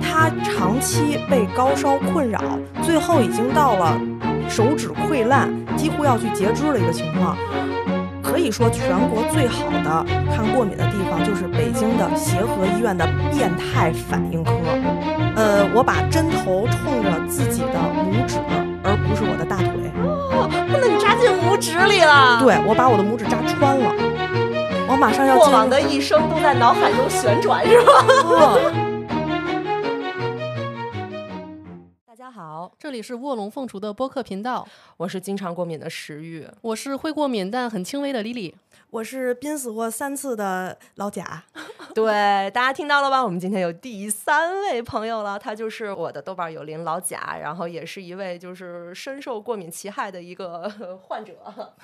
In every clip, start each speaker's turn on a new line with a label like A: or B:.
A: 长期被高烧困扰，最后已经到了手指溃烂，几乎要去截肢的一个情况。可以说，全国最好的看过敏的地方就是北京的协和医院的变态反应科。呃，我把针头冲着自己的拇指，而不是我的大腿。
B: 那你扎进拇指里了。，
A: 对，我把我的拇指扎穿了。我马上要
B: 过
A: 进
B: 往
A: 入
B: 的一生都在脑海中旋转，是吧？大家好，
C: 这里是卧龙凤雏的播客频道，
B: 我是经常过敏的食欲。
C: 我是会过敏但很轻微的 Lily。
A: 我是濒死过三次的老贾，
B: 对，大家听到了吧？我们今天有第三位朋友了，他就是我的豆瓣友邻老贾，然后也是一位就是深受过敏其害的一个呃患者。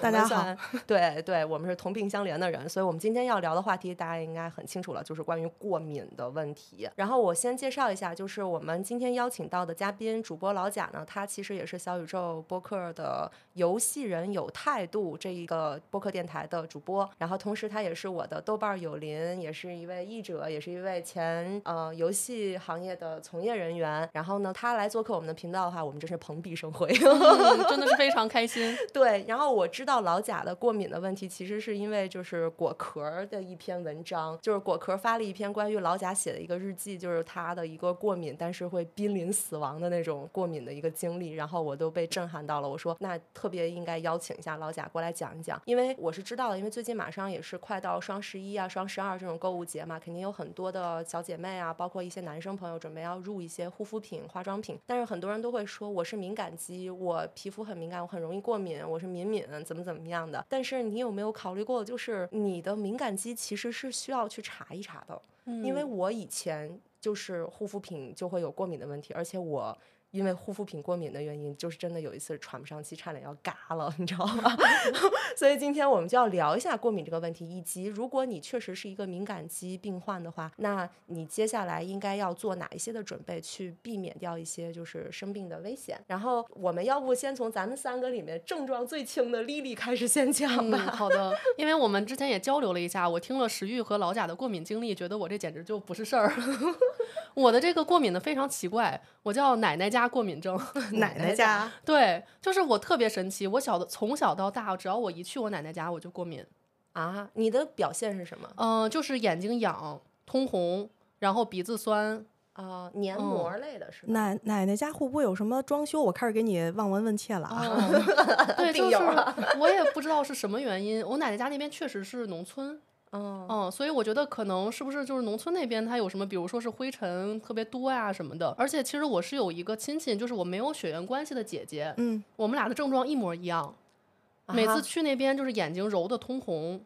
A: 大家好
B: 我们算，对对，我们是同病相怜的人，所以我们今天要聊的话题大家应该很清楚了，就是关于过敏的问题。然后我先介绍一下，就是我们今天邀请到的嘉宾主播老贾呢，他其实也是小宇宙播客的游戏人有态度这一个播客电台的主播，然后同时他也是我的豆瓣儿友邻，也是一位译者，也是一位前呃游戏行业的从业人员。然后呢，他来做客我们的频道的话，我们真是蓬荜生辉。
C: 嗯真的是非常开心。
B: 对，然后我知道老贾的过敏的问题，其实是因为就是果壳儿的一篇文章，就是果壳儿发了一篇关于老贾写的一个日记，就是他的一个过敏，但是会濒临死亡的那种过敏的一个经历，然后我都被震撼到了。我说那特别应该邀请一下老贾过来讲一讲，因为我是知道的，因为最近马上也是快到双十一啊、双十二这种购物节嘛，肯定有很多的小姐妹啊，包括一些男生朋友准备要入一些护肤品、化妆品，但是很多人都会说我是敏感肌，我皮肤很敏感，我很容易过敏，我是敏敏，怎么怎么样的。但是你有没有考虑过，就是你的敏感肌其实是需要去查一查的，因为我以前就是护肤品就会有过敏的问题，而且我。因为护肤品过敏的原因，就是真的有一次喘不上气，差点要嘎了，你知道吗？ 所以今天我们就要聊一下过敏这个问题，以及如果你确实是一个敏感肌病患的话，那你接下来应该要做哪一些的准备，去避免掉一些就是生病的危险。然后我们要不先从咱们三个里面症状最轻的丽丽开始先讲
C: 嗯，
B: 吧。
C: 好的，因为我们之前也交流了一下，我听了石玉和老贾的过敏经历，觉得我这简直就不是事儿。 我的这个过敏呢非常奇怪，我叫奶奶家过敏症。
A: 奶奶家，
C: 对，就是我特别神奇，我小的从小到大，只要我一去我奶奶家，我就过敏。
B: 啊，你的表现是什么？
C: 嗯、就是眼睛痒、通红，然后鼻子酸，
B: 啊、黏膜类的是吧？
A: 奶奶奶家会不会有什么装修？我开始给你望闻问切了啊！
C: 哦，对，
B: 病
C: 就
B: 友
C: 是
B: 啊
C: 我也不知道是什么原因。我奶奶家那边确实是农村，
B: 嗯
C: 嗯，所以我觉得可能是不是就是农村那边它有什么，比如说是灰尘特别多呀、什么的。而且其实我是有一个亲戚，就是我没有血缘关系的姐姐，
A: 嗯，
C: 我们俩的症状一模一样。每
B: 啊
C: 次去那边就是眼睛揉的通红，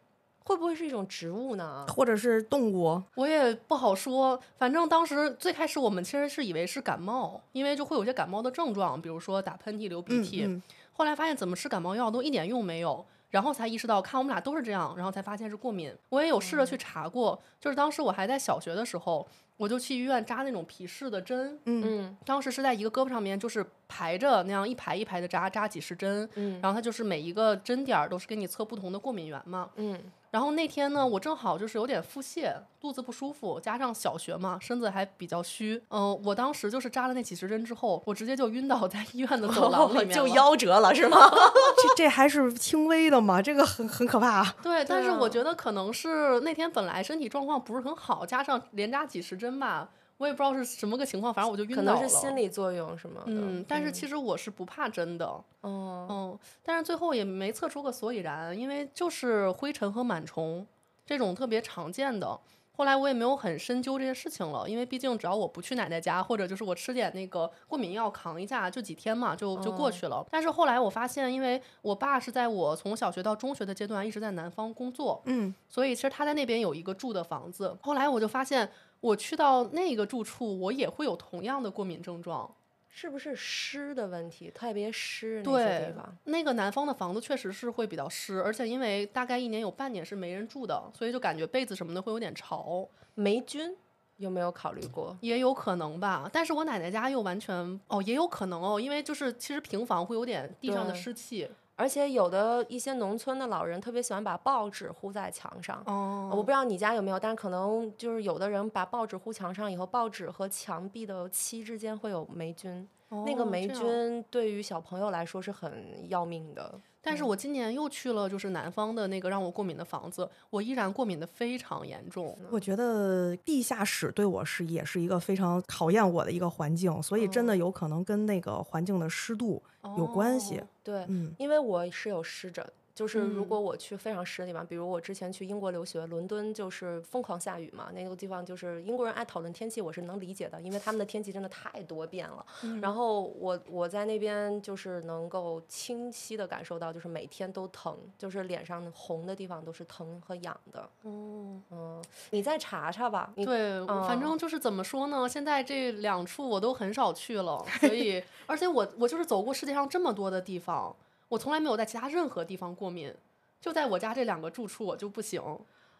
B: 会不会是一种植物呢？
A: 或者是动物，
C: 我也不好说。反正当时最开始我们其实是以为是感冒，因为就会有些感冒的症状，比如说打喷嚏、流鼻
A: 嗯
C: 涕。
A: 嗯，
C: 后来发现怎么吃感冒药都一点用没有，然后才意识到，看我们俩都是这样，然后才发现是过敏。我也有试着去查过，就是当时我还在小学的时候，我就去医院扎那种皮试的针，
B: 嗯
C: 当时是在一个胳膊上面，就是排着那样一排一排的扎，扎几十针。
B: 嗯
C: 然后它就是每一个针点儿都是给你测不同的过敏源嘛。
B: 嗯
C: 然后那天呢，我正好就是有点腹泻，肚子不舒服，加上小学嘛，身子还比较虚。嗯、我当时就是扎了那几十针之后，我直接就晕倒在医院的
B: 嗯
C: 走廊里面了，
B: 哦就夭折了是吗？
A: 这这还是轻微的嘛，这个很很可怕啊。
C: 对，但
B: 对
C: 是
B: 啊
C: 我觉得可能是那天本来身体状况不是很好，加上连扎几十针吧，我也不知道是什么个情况，反正我就晕
B: 可
C: 倒
B: 能
C: 了。
B: 是心理作用什么的。
C: 嗯，但是其实我是不怕针的，
B: 嗯
C: 嗯，但是最后也没测出个所以然，因为就是灰尘和螨虫这种特别常见的。后来我也没有很深究这些事情了，因为毕竟只要我不去奶奶家，或者就是我吃点那个过敏药扛一下，就几天嘛，就就过去了。但是后来我发现，因为我爸是在我从小学到中学的阶段一直在南方工作，
A: 嗯，
C: 所以其实他在那边有一个住的房子。后来我就发现，我去到那个住处，我也会有同样的过敏症状。
B: 是不是湿的问题？特别湿那些地
C: 对
B: 方，
C: 那个南方的房子确实是会比较湿，而且因为大概一年有半年是没人住的，所以就感觉被子什么的会有点潮，
B: 霉菌有没有考虑过？
C: 也有可能吧。但是我奶奶家又完全哦，也有可能哦，因为就是其实平房会有点地上的
B: 对
C: 湿气，
B: 而且有的一些农村的老人特别喜欢把报纸糊在墙上，
C: 哦
B: 我不知道你家有没有，但是可能就是有的人把报纸糊墙上以后，报纸和墙壁的漆之间会有霉菌，那个
C: 哦
B: 霉
C: 这样
B: 菌对于小朋友来说是很要命的。
C: 但是我今年又去了，就是南方的那个让我过敏的房子，我依然过敏的非常严重。
A: 我觉得地下室对我是也是一个非常考验我的一个环境，所以真的有可能跟那个环境的湿度有关系。
C: 哦
B: 对，
A: 嗯，
B: 因为我是有湿疹，就是如
C: 嗯
B: 果我去非常湿的地方，比如我之前去英国留学，伦敦就是疯狂下雨嘛，那个地方就是英国人爱讨论天气，我是能理解的，因为他们的天气真的太多变了。
C: 嗯
B: 然后我我在那边就是能够清晰的感受到，就是每天都疼，就是脸上红的地方都是疼和痒的。
C: 哦
B: 嗯，你再查查吧，你
C: 对，我反
B: 嗯
C: 正就是怎么说呢，现在这两处我都很少去了，所以，而且我我就是走过世界上这么多的地方，我从来没有在其他任何地方过敏，就在我家这两个住处我就不行。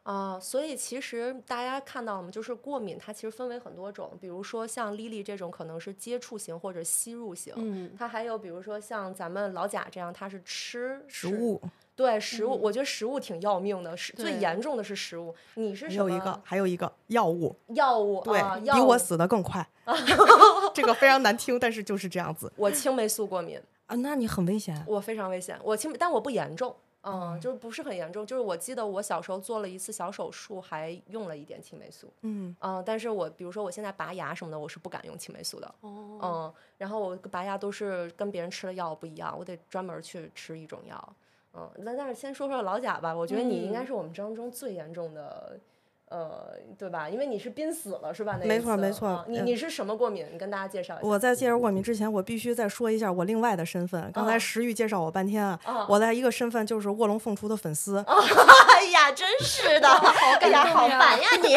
B: 啊、所以其实大家看到了吗？就是过敏，它其实分为很多种，比如说像 Lily 这种可能是接触型或者吸入型，
C: 嗯，
B: 它还有比如说像咱们老贾这样，他是吃
A: 食，物
B: 对食物，
C: 嗯
B: 我觉得食物挺要命的，是最
C: 对
B: 严重的是食物。你是
A: 还
B: 什
A: 有
B: 么
A: 一个，还有一个药物，
B: 药物
A: 对，
B: 啊？
A: 比
B: 药
A: 我
B: 物，
A: 死的更 快。这个非常难听，但是就是这样子
B: 我青霉素过敏，
A: 啊，那你很危险。
B: 我非常危险，我青，但我不严重。嗯，就是不是很严重，就是我记得我小时候做了一次小手术，还用了一点青霉素。
A: 嗯，
B: 嗯，但是我比如说我现在拔牙什么的，我是不敢用青霉素的。
C: 哦，
B: 嗯，然后我拔牙都是跟别人吃的药不一样，我得专门去吃一种药。嗯，那但是先说说老贾吧，我觉得你应该
C: 嗯
B: 是我们当中最严重的，呃，对吧？因为你是濒死了是吧？那一
A: 没错
B: 次
A: 没错
B: 嗯你
A: 嗯
B: 你是什么过敏？你跟大家介绍一下。
A: 我在介绍过敏之前，我必须再说一下我另外的身份。刚才
B: 啊
A: 石玉介绍我半天啊，
B: 啊
A: 我的一个身份就是卧龙凤雏的粉丝。
B: 哎呀，真是的，好
C: 感
B: 呀，
C: 动
B: 好
C: 呀
B: 烦呀你。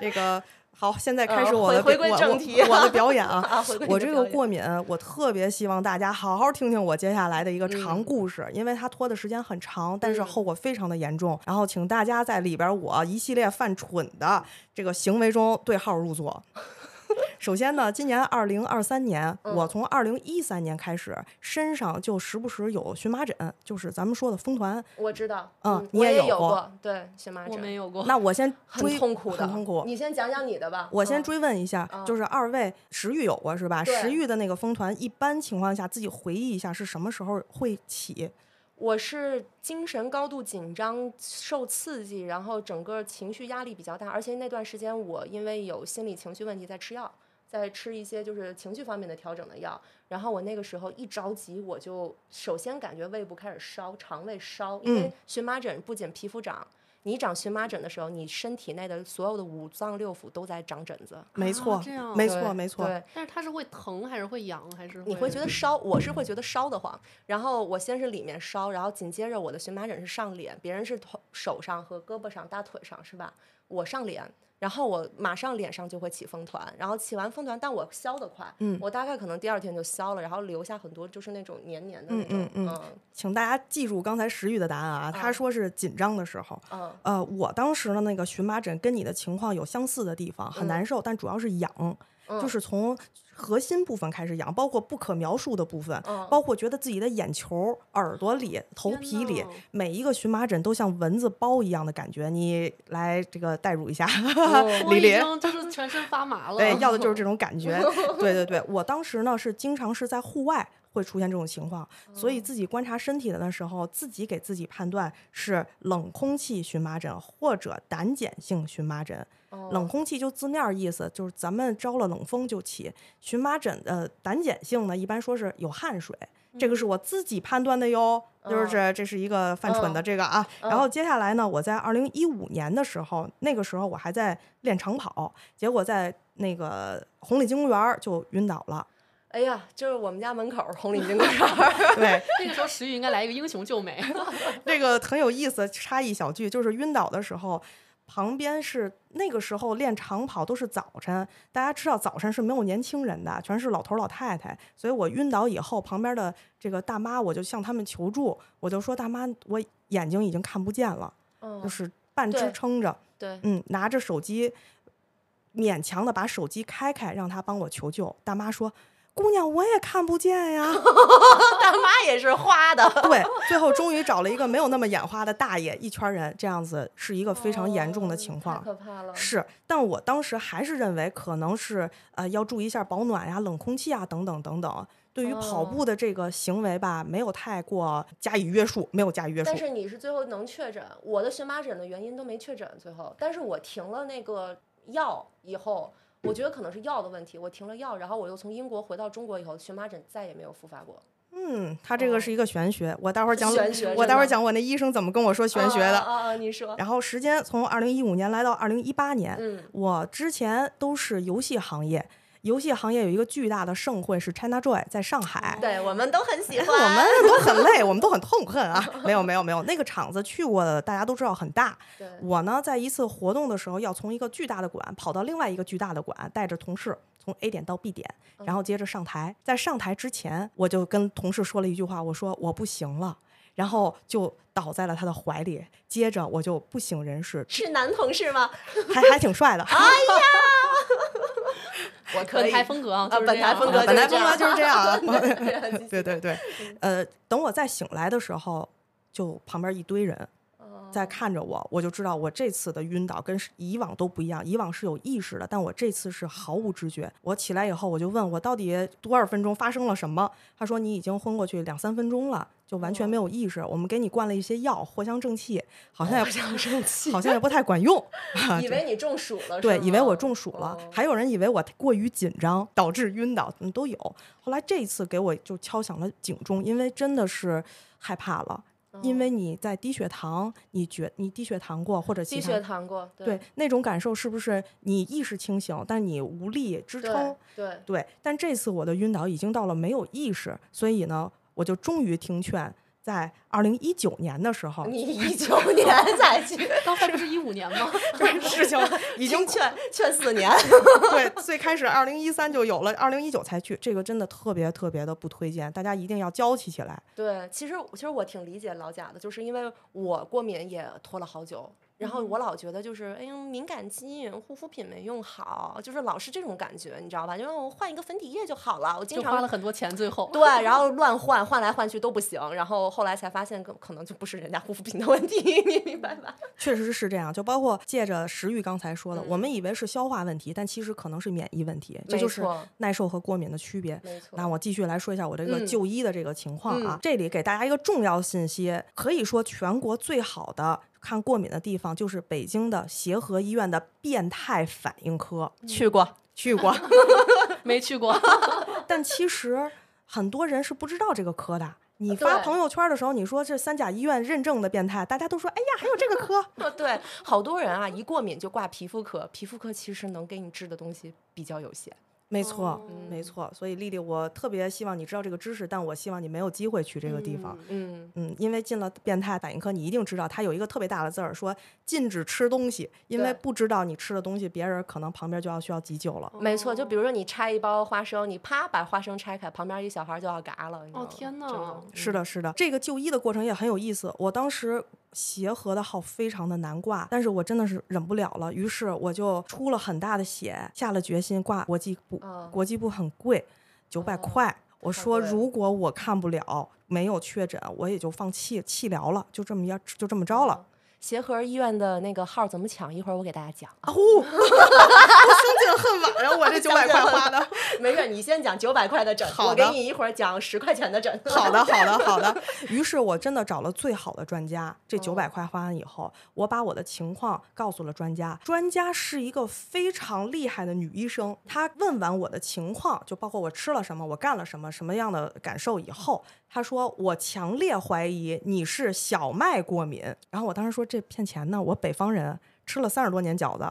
A: 这个好，现在开
B: 呃
A: 始我
B: 回
A: 的
B: 回
A: 表
B: 归
A: 我
B: 正
A: 我
B: 题
A: 我的表演啊。
B: 啊，回归
A: 我
B: 你
A: 这
B: 的
A: 个
B: 表演
A: 过敏，我特别希望大家好好听听我接下来的一个长故事，因为它拖的时间很长，但是
B: 嗯
A: 后果非常的严重。然后请大家在里边我一系列犯蠢的这个行为中对号入座。 首先呢，今年二零二三年，
B: 嗯
A: 我从二零一三年开始，身上就时不时有荨麻疹，就是咱们说的风团。
B: 我知道，
A: 嗯你
B: 我
A: 也
B: 也
A: 有
B: 有
A: 过
B: 过，对，荨麻
C: 我没
B: 疹，
C: 有过。
A: 那我先追
B: 很痛苦的，
A: 很痛苦。
B: 你先讲讲你的吧，
A: 我先
B: 嗯
A: 追问一下，
B: 啊
A: 就是二位食欲有过是吧？
B: 对
A: 食欲的那个风团，一般情况下自己回忆一下是什么时候会起？
B: 我是精神高度紧张、受刺激，然后整个情绪压力比较大，而且那段时间我因为有心理情绪问题在吃药，在吃一些就是情绪方面的调整的药。然后我那个时候一着急，我就首先感觉胃部开始烧，肠胃烧，因为
A: 嗯
B: 荨麻疹不仅皮肤长，你长荨麻疹的时候，你身体内的所有的五脏六腑都在长疹子。
A: 没错，
C: 这样
A: 没
B: 啊对
A: 错，没错。
B: 对，
C: 但是它是会疼还是会痒还是
B: 你会觉得烧，我是会觉得烧得慌。然后我先是里面烧，然后紧接着我的荨麻疹是上脸，别人是头手上和胳膊上、大腿上，是吧？我上脸，然后我马上脸上就会起风团，然后起完风团，但我消得快，
A: 嗯
B: 我大概可能第二天就消了，然后留下很多就是那种黏黏的
A: 嗯
B: 那种，
A: 嗯
B: 嗯
A: 请大家记住刚才食欲的答案啊，他
B: 啊
A: 说是紧张的时候。
B: 嗯
A: 呃，我当时的那个荨麻疹跟你的情况有相似的地方，很
B: 嗯
A: 难受，但主要是痒，
B: 嗯
A: 就是从核心部分开始痒，包括不可描述的部分，
B: 嗯
A: 包括觉得自己的眼球、耳朵里、头
C: 天
A: 皮里
C: 呐，
A: 每一个荨麻疹都像蚊子包一样的感觉。你来这个代入一下，
C: 我
A: 李
C: 已
A: 林。
C: 经就是全身发麻了。
A: 对，要的就是这种感觉。对对对，我当时呢是经常是在户外会出现这种情况，所以自己观察身体的时候，自己给自己判断是冷空气荨麻疹或者胆碱性荨麻疹。
B: 嗯
A: 冷空气就字面儿意思就是咱们招了冷风就起，荨麻疹的胆碱性呢，一般说是有汗水。这个是我自己判断的哟，就是这这是一个犯蠢的
B: 嗯
A: 这个啊。然后接下来呢，我在二零一五年的时候，那个时候我还在练长跑，结果在那个红领巾公园儿就晕倒了。
B: 哎呀，就是我们家门口儿红领巾公园儿，
A: 对，
C: 那个时候食欲应该来一个英雄救美。
A: 这个很有意思，插一小句，就是晕倒的时候。旁边是那个时候练长跑都是早晨，大家知道早晨是没有年轻人的，全是老头儿老太太。所以我晕倒以后，旁边的这个大妈我就向他们求助，我就说大妈，我眼睛已经看不见了，就
B: 嗯，
A: 是半
B: 对
A: 支撑着，
B: 对，
A: 嗯，拿着手机，勉强的把手机开开，让他帮我求救。大妈说：“姑娘，我也看不见呀。
B: 大妈也是花的，
A: 对，最后终于找了一个没有那么眼花的大爷，一圈人这样子是一个非常严重的情
C: 太
B: 哦
A: 况。
C: 可怕了。
A: 是，但我当时还是认为可能是呃要注意一下保暖呀、冷空气啊等等等等。对于跑
C: 哦
A: 步的这个行为吧，没有太过加以约束，没有加以约束
B: 但。是你是最后能确诊，我的荨麻疹的原因都没确诊，最后，但是我停了那个药以后，我觉得可能是药的问题，我停了药，然后我又从英国回到中国以后，荨麻疹再也没有复发过。
A: 嗯，它这个是一个玄学，我待会儿讲
B: 哦玄学，
A: 我
B: 真
A: 待会儿
B: 的
A: 讲我那医生怎么跟我说玄学
B: 啊
A: 的。
B: 啊啊！你说，
A: 然后时间从二零一五年来到二零一八年，
B: 嗯，
A: 我之前都是游戏行业，游戏行业有一个巨大的盛会是 ChinaJoy 在上海。
B: 对我们都很 喜
A: 我
B: 欢。
A: 们都很累，我们都很痛恨啊！没有没有没有，那个场子去过的大家都知道很大。
B: 对，
A: 我呢，在一次活动的时候，要从一个巨大的馆跑到另外一个巨大的馆，带着同事从 A 点到 B 点，然后接着上台。在上台之前，我就跟同事说了一句话，我说我不行了，然后就倒在了他的怀里。接着我就不省人事，
B: 是男同事吗？
A: 还还挺帅的。
B: 我可
C: 本
B: 以
C: 台风格啊，
B: 啊，
C: 就是
B: 本
C: 这
B: 台
C: 样
B: 风
C: 啊
B: 格，
A: 本来风格就是这样啊 对
B: 对
A: 对对，呃，等我再醒来的时候，就旁边一堆人在看着我，我就知道我这次的晕倒跟是以往都不一样，以往是有意识的，但我这次是毫无知觉。我起来以后，我就问我到底多少分钟发生了什么？他说你已经昏过去两三分钟了，就完全没有意识。我们给你灌了一些药，藿香正气，好像也不
B: 生气，
A: 好像也不太管用。
B: 以为你中暑了，
A: 对，
B: 是
A: 以为我
B: 吗
A: 中暑了，
B: 哦
A: 还有人以为我过于紧张导致晕倒，嗯，都有。后来这一次给我就敲响了警钟，因为真的是害怕了，
B: 嗯
A: 因为你在低血糖，你觉你低血糖过或者其
B: 低
A: 他
B: 血糖过，
A: 对那种感受是不是你意识清醒，但你无力支撑
B: 对？对，
A: 对，但这次我的晕倒已经到了没有意识，所以呢，我就终于听劝，在二零一九年的时候，
B: 你一九年才 去，
C: 刚才不是一五年吗？
A: 事情 已经
B: 劝劝四年，
A: 对，最开始二零一三就有了，二零一九才去，这个真的特别特别的不推荐，大家一定要娇气起来。
B: 对，其实其实我挺理解老贾的，就是因为我过敏也拖了好久，然后我老觉得就是哎呦敏感肌护肤品没用好，就是老是这种感觉，你知道吧？就让我换一个粉底液就好了，我经
C: 就花
B: 常
C: 了很多钱，最后
B: 对，然后乱换，换来换去都不行，然后后来才发现可可能就不是人家护肤品的问题，你明白吧？
A: 确实是这样，就包括借着食欲刚才说的，我们以为是消化问题，但其实可能是免疫问题，这
B: 嗯没
A: 就是
B: 错
A: 耐受和过敏的区别。
B: 没错
A: 那我继续来说一下我这个
B: 嗯
A: 就医的这个情况啊，
B: 嗯
A: 这里给大家一个重要信息，可以说全国最好的看过敏的地方就是北京的协和医院的变态反应科，
B: 去过，
A: 去过。
C: 没去过。
A: 但其实很多人是不知道这个科的。你
B: 对
A: 发朋友圈的时候，你说这三甲医院认证的变态，大家都说，哎呀，还有这个科。
B: 对，好多人啊，一过敏就挂皮肤科，皮肤科其实能给你治的东西比较有限。
A: 没错，
B: 哦
C: 嗯
A: 没错。所以丽丽，我特别希望你知道这个知识，但我希望你没有机会去这个地方。
B: 嗯，
A: 嗯，因为进了变态反应科，你一定知道它有一个特别大的字儿说禁止吃东西，因为
B: 对
A: 不知道你吃的东西，别人可能旁边就要需要急救了。
B: 没错，就比如说你拆一包花生，你啪把花生拆开，旁边一小孩就要嘎了。你知道
C: 哦
B: 吗嗯
C: 天
B: 真的
C: 哪！
A: 是的，是的，这个就医的过程也很有意思。我当时协和的号非常的难挂，但是我真的是忍不了了，于是我就出了很大的血，下了决心挂国际部。
B: 啊，
A: 国际部很贵，九百
B: 哦
A: 块。我
B: 太
A: 说
B: 贵了
A: 如果我看不了，没有确诊，我也就放弃弃疗了，就这么要就这么着了。
B: 协和医院的那个号怎么抢？一会儿我给大家讲。
A: 啊呼！ 我相见恨晚呀，我 这九百块花的。
B: 没事，你先讲九百块的枕，
A: 好
B: 我给
A: 的
B: 你一会儿讲十块钱的 枕。
A: 好的，好的，好的。于是我真的找了最好的专家。这
B: 哦
A: 九百块花完以后，我把我的情况告诉了专家。专家是一个非常厉害的女医生，她问完我的情况，就包括我吃了什么，我干了什么，什么样的感受以后，她说我强烈怀疑你是小麦过敏。然后我当时说这骗钱呢，我北方人。吃了三十多年饺子，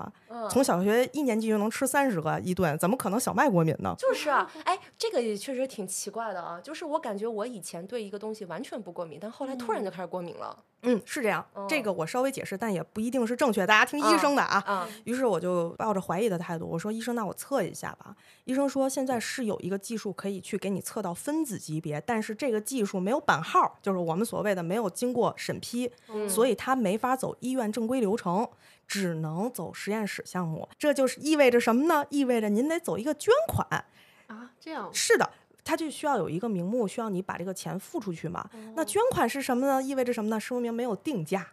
A: 从小学一年级就能吃三十个一顿，怎么可能小麦过敏呢？
B: 就是啊，哎，这个也确实挺奇怪的啊。就是我感觉我以前对一个东西完全不过敏，但后来突然就开始过敏了。
A: 嗯，是这样，这
B: 哦
A: 个我稍微解释，但也不一定是正确，大家听医生的啊。
B: 啊，
A: 于是我就抱着怀疑的态度，我说：“医生，那我测一下吧。”医生说：“现在是有一个技术可以去给你测到分子级别，但是这个技术没有版号，就是我们所谓的没有经过审批，
C: 哦嗯
A: 所以它没法走医院正规流程，只能走实验室项目。这就是意味着什么呢？意味着您得走一个捐款。
C: 啊，这样
A: 是的，它就需要有一个名目，需要你把这个钱付出去嘛。那捐款是什么呢？意味着什么呢？说明没有定价。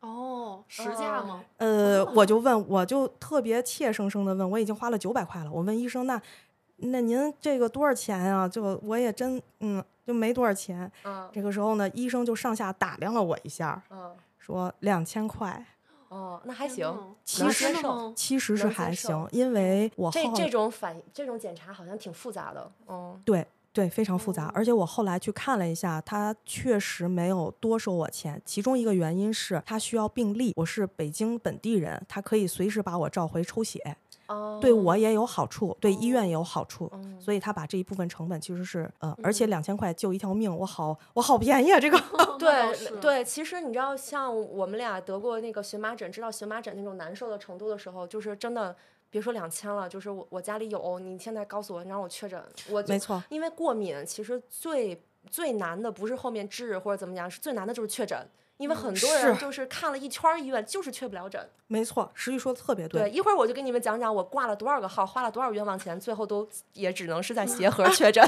C: 哦，实价吗？
A: 呃，
B: 哦
A: 我就问，我就特别怯生生的问，我已经花了九百块了。我问医生，那那您这个多少钱啊？这个我也真嗯，就没多少钱。
B: 嗯
A: 这个时候呢，医生就上下打量了我一下，
B: 嗯
A: 说两千块，
B: 哦，那还
C: 天
B: 行
C: 呐，
A: 其
B: 能
A: 实
B: 接
C: 呢
B: 受。
A: 其实是
B: 能接
A: 还
B: 受
A: 行，因为我
B: 这
A: 后
B: 这种反这种检查好像挺复杂的，嗯，
A: 对对非常复杂
C: 哦，
A: 而且我后来去看了一下，他确实没有多收我钱，其中一个原因是他需要病历，我是北京本地人，他可以随时把我召回抽血，
B: 哦，
A: 对我也有好处，对医院也有好处。
B: 嗯，
A: 所以他把这一部分成本其实是呃，而且
C: 嗯
A: 两千块救一条命，我好我好便宜啊！这个
C: 哦那倒是
B: 对对，其实你知道，像我们俩得过那个荨麻疹，知道荨麻疹那种难受的程度的时候，就是真的别说两千了，就是我我家里有，你现在告诉我，你让我确诊，我就
A: 没错，
B: 因为过敏其实最最难的不是后面治或者怎么样，是最难的就是确诊。因为很多人
A: 嗯是
B: 就是看了一圈儿医院，就是确不了诊。
A: 没错，石玉说的特别对。
B: 对，一会儿我就跟你们讲讲我挂了多少个号，花了多少冤枉钱，最后都也只能是 在协和确诊。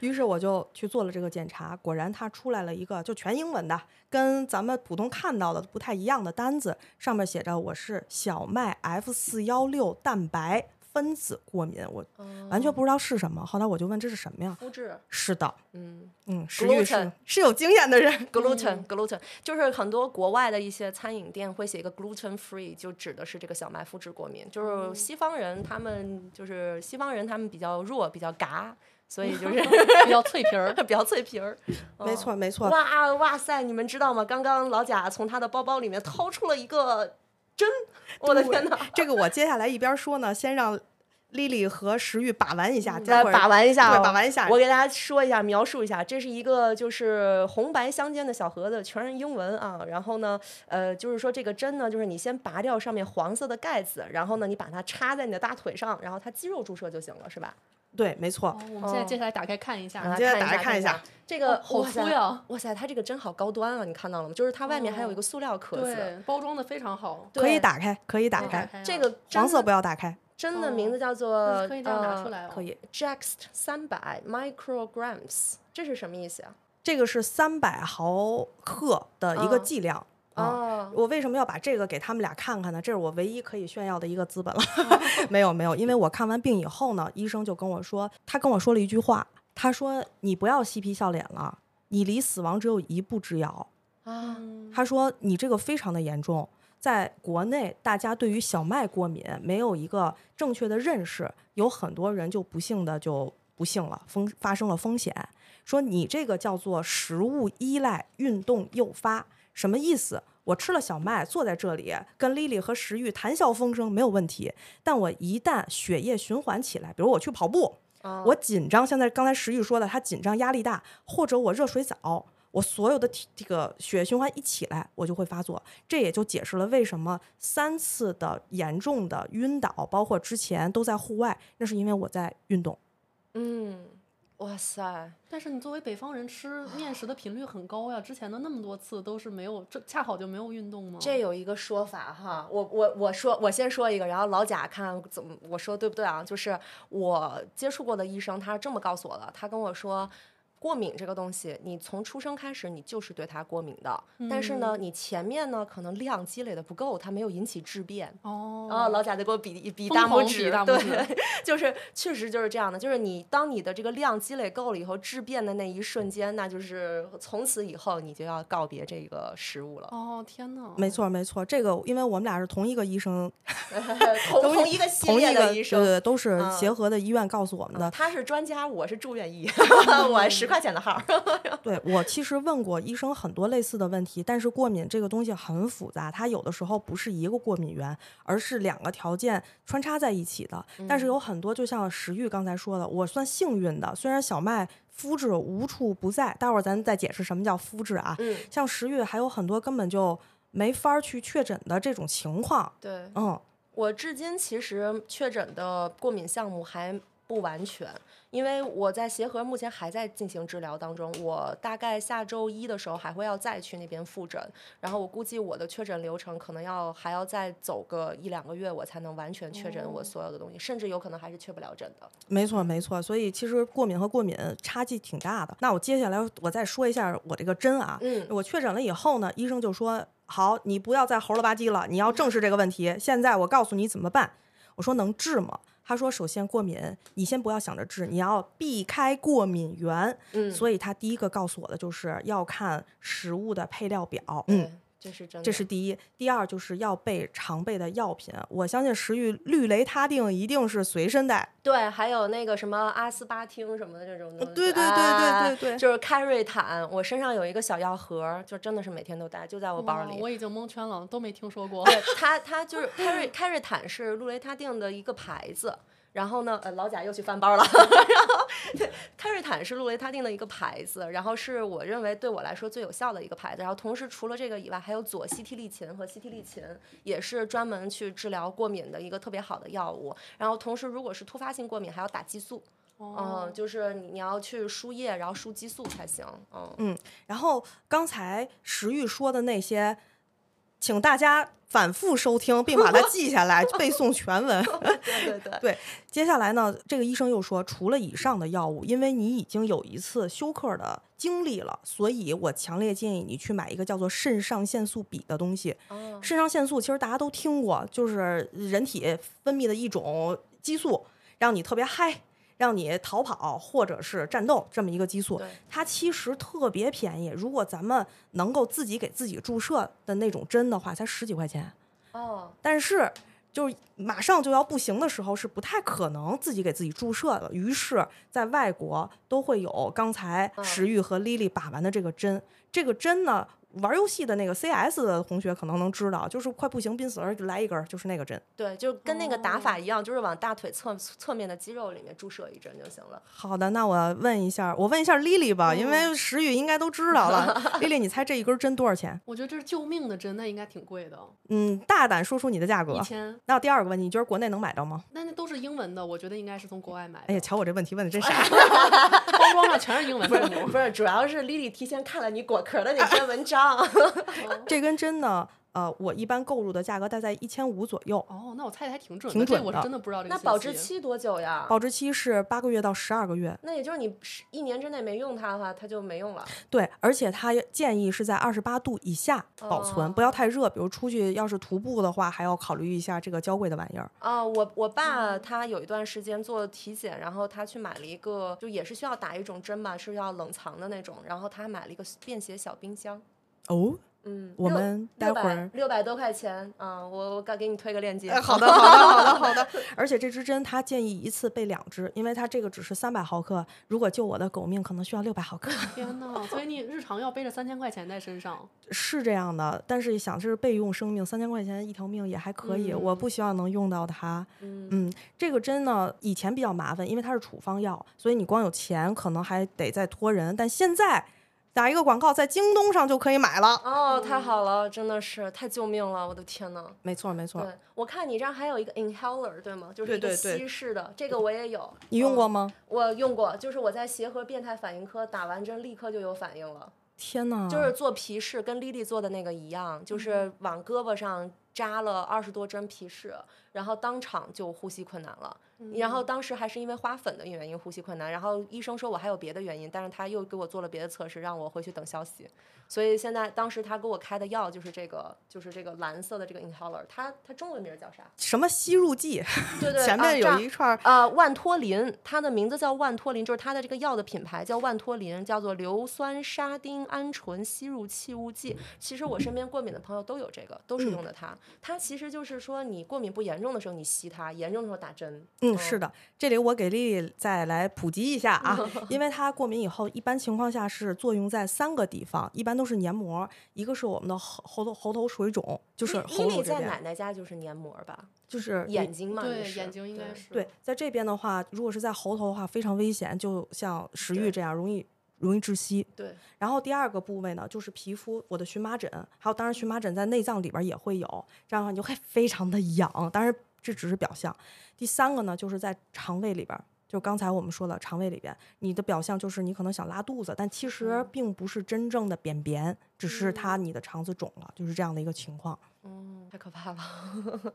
A: 于是我就去做了这个检查，果然它出来了一个就全英文的，跟咱们普通看到的不太一样的单子，上面写着我是小麦 F 四幺六蛋白分子过敏，我完全不知道是什么。后来我就问这是什么呀？
B: 肤质，
A: 是的，
B: 嗯
A: 嗯，石玉是
B: Gluten
A: 是有经验的人，
B: ，gluten gluten，就是很多国外的一些餐饮店会写一个 gluten free，就指的是这个小麦麸质过敏。
A: 哦
B: 就是西方人他们就是西方人他们比较弱，比较嘎，所 以就是
C: 比较脆皮儿。
B: 比较脆皮儿。嗯
A: 没错没错，
B: 哇哇塞！你们知道吗？刚刚老贾从他的包包里面掏出了一个针， 我的天哪！
A: 这个我接下来一边说呢，先让丽丽和石玉把玩一下，
B: 嗯来
A: 待会儿
B: 把玩一下、
A: 对
B: 哦，
A: 把玩一下
B: 我给大家说一下，描述一下，这是一个就是红白相间的小盒子，全是英文啊。然后呢，呃，就是说这个针呢，就是你先拔掉上面黄色的盖子，然后呢，你把它插在你的大腿上，然后它肌肉注射就行了，是吧？
A: 对，没错
C: 哦，，我们现在接下来打开看一
B: 啊
C: 下，
A: 接着打
B: 看
A: 开看一
B: 一
A: 下
B: 下这个，
C: 哦好
B: 嗯哇塞
C: 粗呀！哦
B: 哇塞，它这个针好高端啊，你看到了吗？就是它外面还有一个塑料壳子，
C: 对，包装的非常好。
A: 可以
B: 对
A: 打开，可以打
C: 可以打
A: 开，
C: 开
B: 这
C: 啊
B: 个针
A: 黄色
B: 的
A: 不要打开，
B: 真的名字叫做、
C: 哦可以这样拿出来哦。
A: 可以。
B: 呃、Jext 三百 micrograms，这是什么意思啊？
A: 这个是三百毫克的一个
B: 嗯
A: 剂量。啊，
B: 哦，
A: 我为什么要把这个给他们俩看看呢？这是我唯一可以炫耀的一个资本了。 没有没有，因为我看完病以后呢，医生就跟我说，他跟我说了一句话，他说：“你不要嬉皮笑脸了，你离死亡只有一步之遥。”
B: 啊，
C: 嗯
A: 他说：“你这个非常的严重，在国内大家对于小麦过敏没有一个正确的认识，有很多人就不幸的就不幸了，风发生了风险。说你这个叫做食物依赖运动诱发，什么意思？”我吃了小麦，坐在这里跟 Lily 和石玉谈笑风生没有问题，但我一旦血液循环起来，比如我去跑步，
B: 啊
A: 我紧张，现在刚才石玉说的，他紧张、压力大，或者我热水澡，我所有的体这个血液循环一起来，我就会发作。这也就解释了为什么三次的严重的晕倒，包括之前都在户外，那是因为我在运动。
B: 嗯，哇塞，
C: 但是你作为北方人吃面食的频率很高呀，之前的那么多次都是没有，这恰好就没有运动吗？
B: 这有一个说法哈，我我我说我先说一个，然后老贾看怎么我说对不对啊？就是我接触过的医生，他是这么告诉我的，他跟我说。过敏这个东西，你从出生开始，你就是对它过敏的。
C: 嗯
B: 但是呢，你前面呢，可能量积累的不够，它没有引起质变。
C: 哦，
B: 哦，老贾就给我比一比
C: 疯
B: 大拇
C: 狂
B: 指，
C: 比大 拇
B: 对，就是确实就是这样的，就是你当你的这个量积累够了以后，质变的那一瞬间，那就是从此以后你就要告别这个食物了，
C: 哦天呐，
A: 没错，没错，这个因为我们俩是同一个医生，
B: 呃同
A: 都是
B: 同一个系
A: 同一
B: 列
A: 个
B: 的医
A: 对
B: 生。
A: 对，都是
B: 嗯
A: 协和的医院告诉我们的。
B: 他是专家，我是住院 医，我十块钱的号儿。
A: 对我其实问过医生很多类似的问题，但是过敏这个东西很复杂，它有的时候不是一个过敏源，而是两个条件穿插在一起的。但
B: 嗯
A: 是有很多，就像石玉刚才说的，我算幸运的，虽然小麦麸质无处不在，待会儿咱再解释什么叫麸质啊。
B: 嗯，
A: 像石玉还有很多根本就没法儿去确诊的这种情况，
B: 对
A: 嗯，
B: 我至今其实确诊的过敏项目还不完全，因为我在协和目前还在进行治疗当中，我大概下周一的时候还会要再去那边复诊，然后我估计我的确诊流程可能要还要再走个一两个月，我才能完全确诊
A: 哦
B: 我所有的东西，甚至有可能还是确不了诊的。
A: 没错，没错。所以其实过敏和过敏差距挺大的。那我接下来我再说一下我这个针啊，
B: 嗯，
A: 我确诊了以后呢，医生就说：“好，你不要再猴了吧唧了，你要正视这个问题。现在我告诉你怎么办。”我说：“能治吗？”他说：“首先过敏，你先不要想着治，你要避开过敏源。
B: 嗯
A: 所以他第一个告诉我的就是要看食物的配料表。嗯，
B: 对，这是真的，
A: 这是第一。第二就是要备常备的药品。我相信食欲氯雷他定一定是随身带。
B: 对，还有那个什么阿斯巴汀什么的这种东西，
A: 哦对对对对
B: 哎
A: 对对
B: 就是开瑞坦，我身上有一个小药盒儿，就真的是每天都带，就在我包
C: 哇
B: 里。
C: 我已经蒙圈了，都没听说过。
B: 对，它它就是开瑞开瑞坦是氯雷他定的一个牌子。然后呢，呃，老贾又去翻包了。 然后，对，开瑞坦是氯雷他定的一个牌子，然后是我认为对我来说最有效的一个牌子。然后同时除了这个以外，还有左西替利嗪和西替利嗪，也是专门去治疗过敏的一个特别好的药物。然后同时，如果是突发性过敏，还要打激素。
C: 哦
B: 嗯，就是你你要去输液，然后输激素才行。嗯，
A: 然后刚才石玉说的那些，请大家反复收听，并把它记下来，背诵全文。
B: 对对对，
A: 接下来呢，这个医生又说，除了以上的药物，因为你已经有一次休克的经历了，所以我强烈建议你去买一个叫做肾上腺素比的东西。
B: 嗯
A: 肾上腺素其实大家都听过，就是人体分泌的一种激素，让你特别嗨。让你逃跑或者是战斗这么一个激素
B: 对，
A: 它其实特别便宜。如果咱们能够自己给自己注射的那种针的话，才十几块钱。
B: 哦，
A: 但是就是马上就要不行的时候，是不太可能自己给自己注射的。于是，在外国都会有刚才
B: 嗯
A: 石玉和 Lily 把玩的这个针。这个针呢，玩游戏的那个 CS 的同学可能能知道，就是快不行，濒死而来一根儿，就是那个针。
B: 对，就跟那个打
A: 哦
B: 法一样，就是往大腿侧侧面的肌肉里面注射一针就行 了。
A: 好的，那我问一下，我问一下 Lily 吧，因为
C: 嗯
A: 石玉应该都知道 了。Lily，你猜这一根针多少钱？
C: 我觉得这是救命的针，那应该挺贵的，
A: 嗯，大胆说出你的价
C: 一
A: 格。
C: 千。
A: 那第二个问题，你觉得国内能买到吗？
C: 那那都是英文的，我觉得应该是从国外买的。
A: 哎呀，瞧我这问题问的真傻。
C: 包装上全是英文字母。
B: 不是，主要是 Lily 提前看了你果壳的那篇 文章。
A: 这根针呢，呃，我一般购入的价格大概一千五左右，
C: 哦，那我猜的还挺准
A: 挺准
C: 这我
A: 的
C: 是真的不知道这个
B: 那
C: 信息。
B: 保质期多久呀？
A: 保质期是八个月到十二个月。
B: 那也就是你是一年之内没用它的话，它就没用了。
A: 对，而且它也建议是在二十八度以下保存，不要太热。比如出去要是徒步的话，还要考虑一下这个娇贵的玩意儿。
B: 啊、我我
A: 嗯
B: 爸他有一段时间做体检，然后他去买了一个，就也是需要打一种针吧，是要冷藏的那种，然后他还买了一个便携小冰箱。
A: 哦，
B: 嗯，
A: 我们待会儿
B: 六百多块钱，嗯，我我刚给你推个链接。
A: 哎， 好的，好的，好的，好的。而且这支针它建议一次备两支，因为它这个只是三百毫克，如果救我的狗命，可能需要六百毫克。
C: 天呐，所以你日常要背着三千块钱在 身上，
A: 是这样的，但是想这是备用生命，三千块钱一条命也还可以，我不希望能用到它。
B: 嗯
A: 这个针呢，以前比较麻烦，因为它是处方药，所以你光有钱可能还得再托人，但现在打一个广告，在京东上就可以买了。
B: 哦，太好了，真的是太救命了，我的天呐！
A: 没错，没错
B: 对，，我看你这儿还有一个 inhaler，对吗？就是一
A: 对
B: 个
A: 对对
B: 稀释的，这个我也有。
A: 你用过
B: 嗯？
A: 吗？
B: 我用过，就是我在协和变态反应科打完针，立刻就有反应了。
A: 天哪，
B: 就是做皮试，跟 Lily 做的那个一样，就是往胳膊上扎了二十多针皮试，然后当场就呼吸困难了。然后当时还是因为花粉的原因呼吸困难，然后医生说我还有别的原因，但是他又给我做了别的测试，让我回去等消息。所以现在当时他给我开的药就是这个，就是这个蓝色的这个 inhaler，它它中文名叫啥？
A: 什么吸入剂？
B: 对对，
A: 前
B: 啊
A: 面
B: 这
A: 有
B: 样
A: 一串儿。
B: 呃，万托林，它的名字叫万托林，就是它的这个药的品牌叫万托林，叫做硫酸沙丁胺醇吸入气雾剂。其实我身边过敏的朋友都有这个，都
A: 嗯
B: 是用的它。它其实就是说，你过敏不严重的时候你吸它，严重的时候打针。
A: 嗯，是的，这里我给丽丽再来普及一下啊，
B: 嗯
A: 因为她过敏以后，一般情况下是作用在三个地方，一般都是黏膜，一个是我们的喉喉头喉头水肿，就是
B: 丽
A: 喉
B: 丽
A: 咙这
B: 在
A: 边，
B: 奶奶家就是黏膜吧，
A: 就是
B: 眼睛嘛，
C: 对
B: 也是
C: 眼睛应该。是
A: 对，在这边的话，如果是在喉头的话，非常危险，就像食欲
B: 对
A: 这样，容易容易窒息。
B: 对，对
A: 然后第二个部位呢，就是皮肤，我的荨麻疹，还有当然荨麻疹在内脏里边也会 有，这样的话你就会非常的痒，当然这只是表象。第三个呢，就是在肠胃里边，就刚才我们说的肠胃里边，你的表象就是你可能想拉肚子，但其实
B: 嗯
A: 并不是真正的便便，只是
B: 嗯
A: 它你的肠子肿了，就是这样的一个情况。
B: 嗯，太可怕了。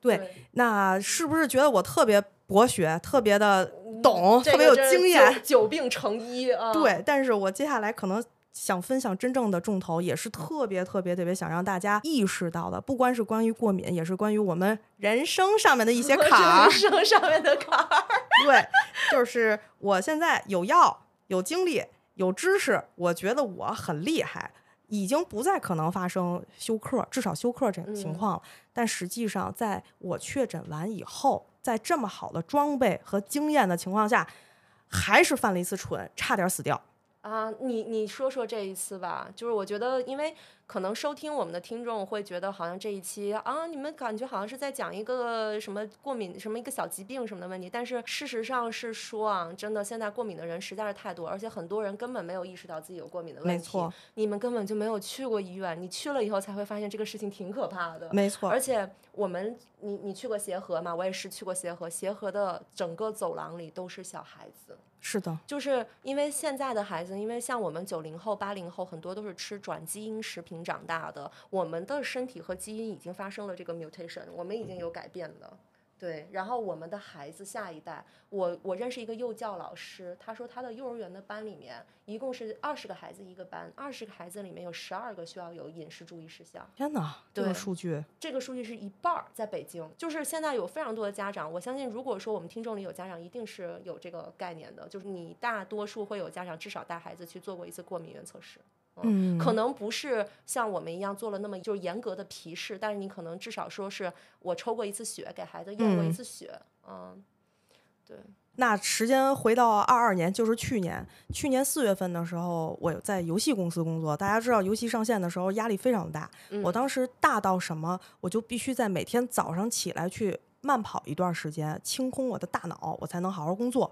A: 对那是不是觉得我特别博学，特别的懂，
B: 嗯这
A: 特别
B: 个
A: 哦有
B: 真是
A: 经验
B: 久，？久病成医啊。，
A: 对，但是我接下来可能想分享真正的重头，也是特别特别特别想让大家意识到的，不光是关于过敏，也是关于我们人生上面的一些坎儿
B: 人。生上面的坎儿。
A: 对，就是我现在有药、有精力、有知识，我觉得我很厉害。已经不再可能发生休克，至少休克这种情
B: 嗯
A: 况了。但实际上，在我确诊完以后，在这么好的装备和经验的情况下，还是犯了一次蠢，差点死掉。
B: 啊，你你说说这一次吧，就是我觉得，因为可能收听我们的听众会觉得，好像这一期啊，你们感觉好像是在讲一个什么过敏、什么一个小疾病什么的问题，但是事实上是说啊，真的现在过敏的人实在是太多，而且很多人根本没有意识到自己有过敏的问题，
A: 没错，
B: 你们根本就没有去过医院，你去了以后才会发现这个事情挺可怕的，
A: 没错，
B: 而且我们，你你去过协和嘛？我也是去过协和，协和的整个走廊里都是小孩子，
A: 是的，
B: 就是因为现在的孩子，因为像我们九零后、八零后，很多都是吃转基因食品长大的，我们的身体和基因已经发生了这个 mutation，我们已经有改变了。对，然后我们的孩子下一代，我我认识一个幼教老师，他说他的幼儿园的班里面一共是二十个孩子一个班，二十个孩子里面有十二个需要有饮食注意事项。
A: 天哪，这个
B: 对
A: 数据
B: 这个数据是一半儿在北京，就是现在有非常多的家长，我相信如果说我们听众里有家长，一定是有这个概念的，就是你大多数会有家长至少带孩子去做过一次过敏原测试。
A: 嗯
B: 可能不是像我们一样做了那么就是严格的皮试，但是你可能至少说是我抽过一次血，给孩子验过一
A: 嗯
B: 次血，嗯，对，
A: 那时间回到二二年，就是去年，去年四月份的时候，我有在游戏公司工作。大家知道，游戏上线的时候压力非常大，我
B: 嗯
A: 当时大到什么，我就必须在每天早上起来去慢跑一段时间，清空我的大脑，我才能好好工作。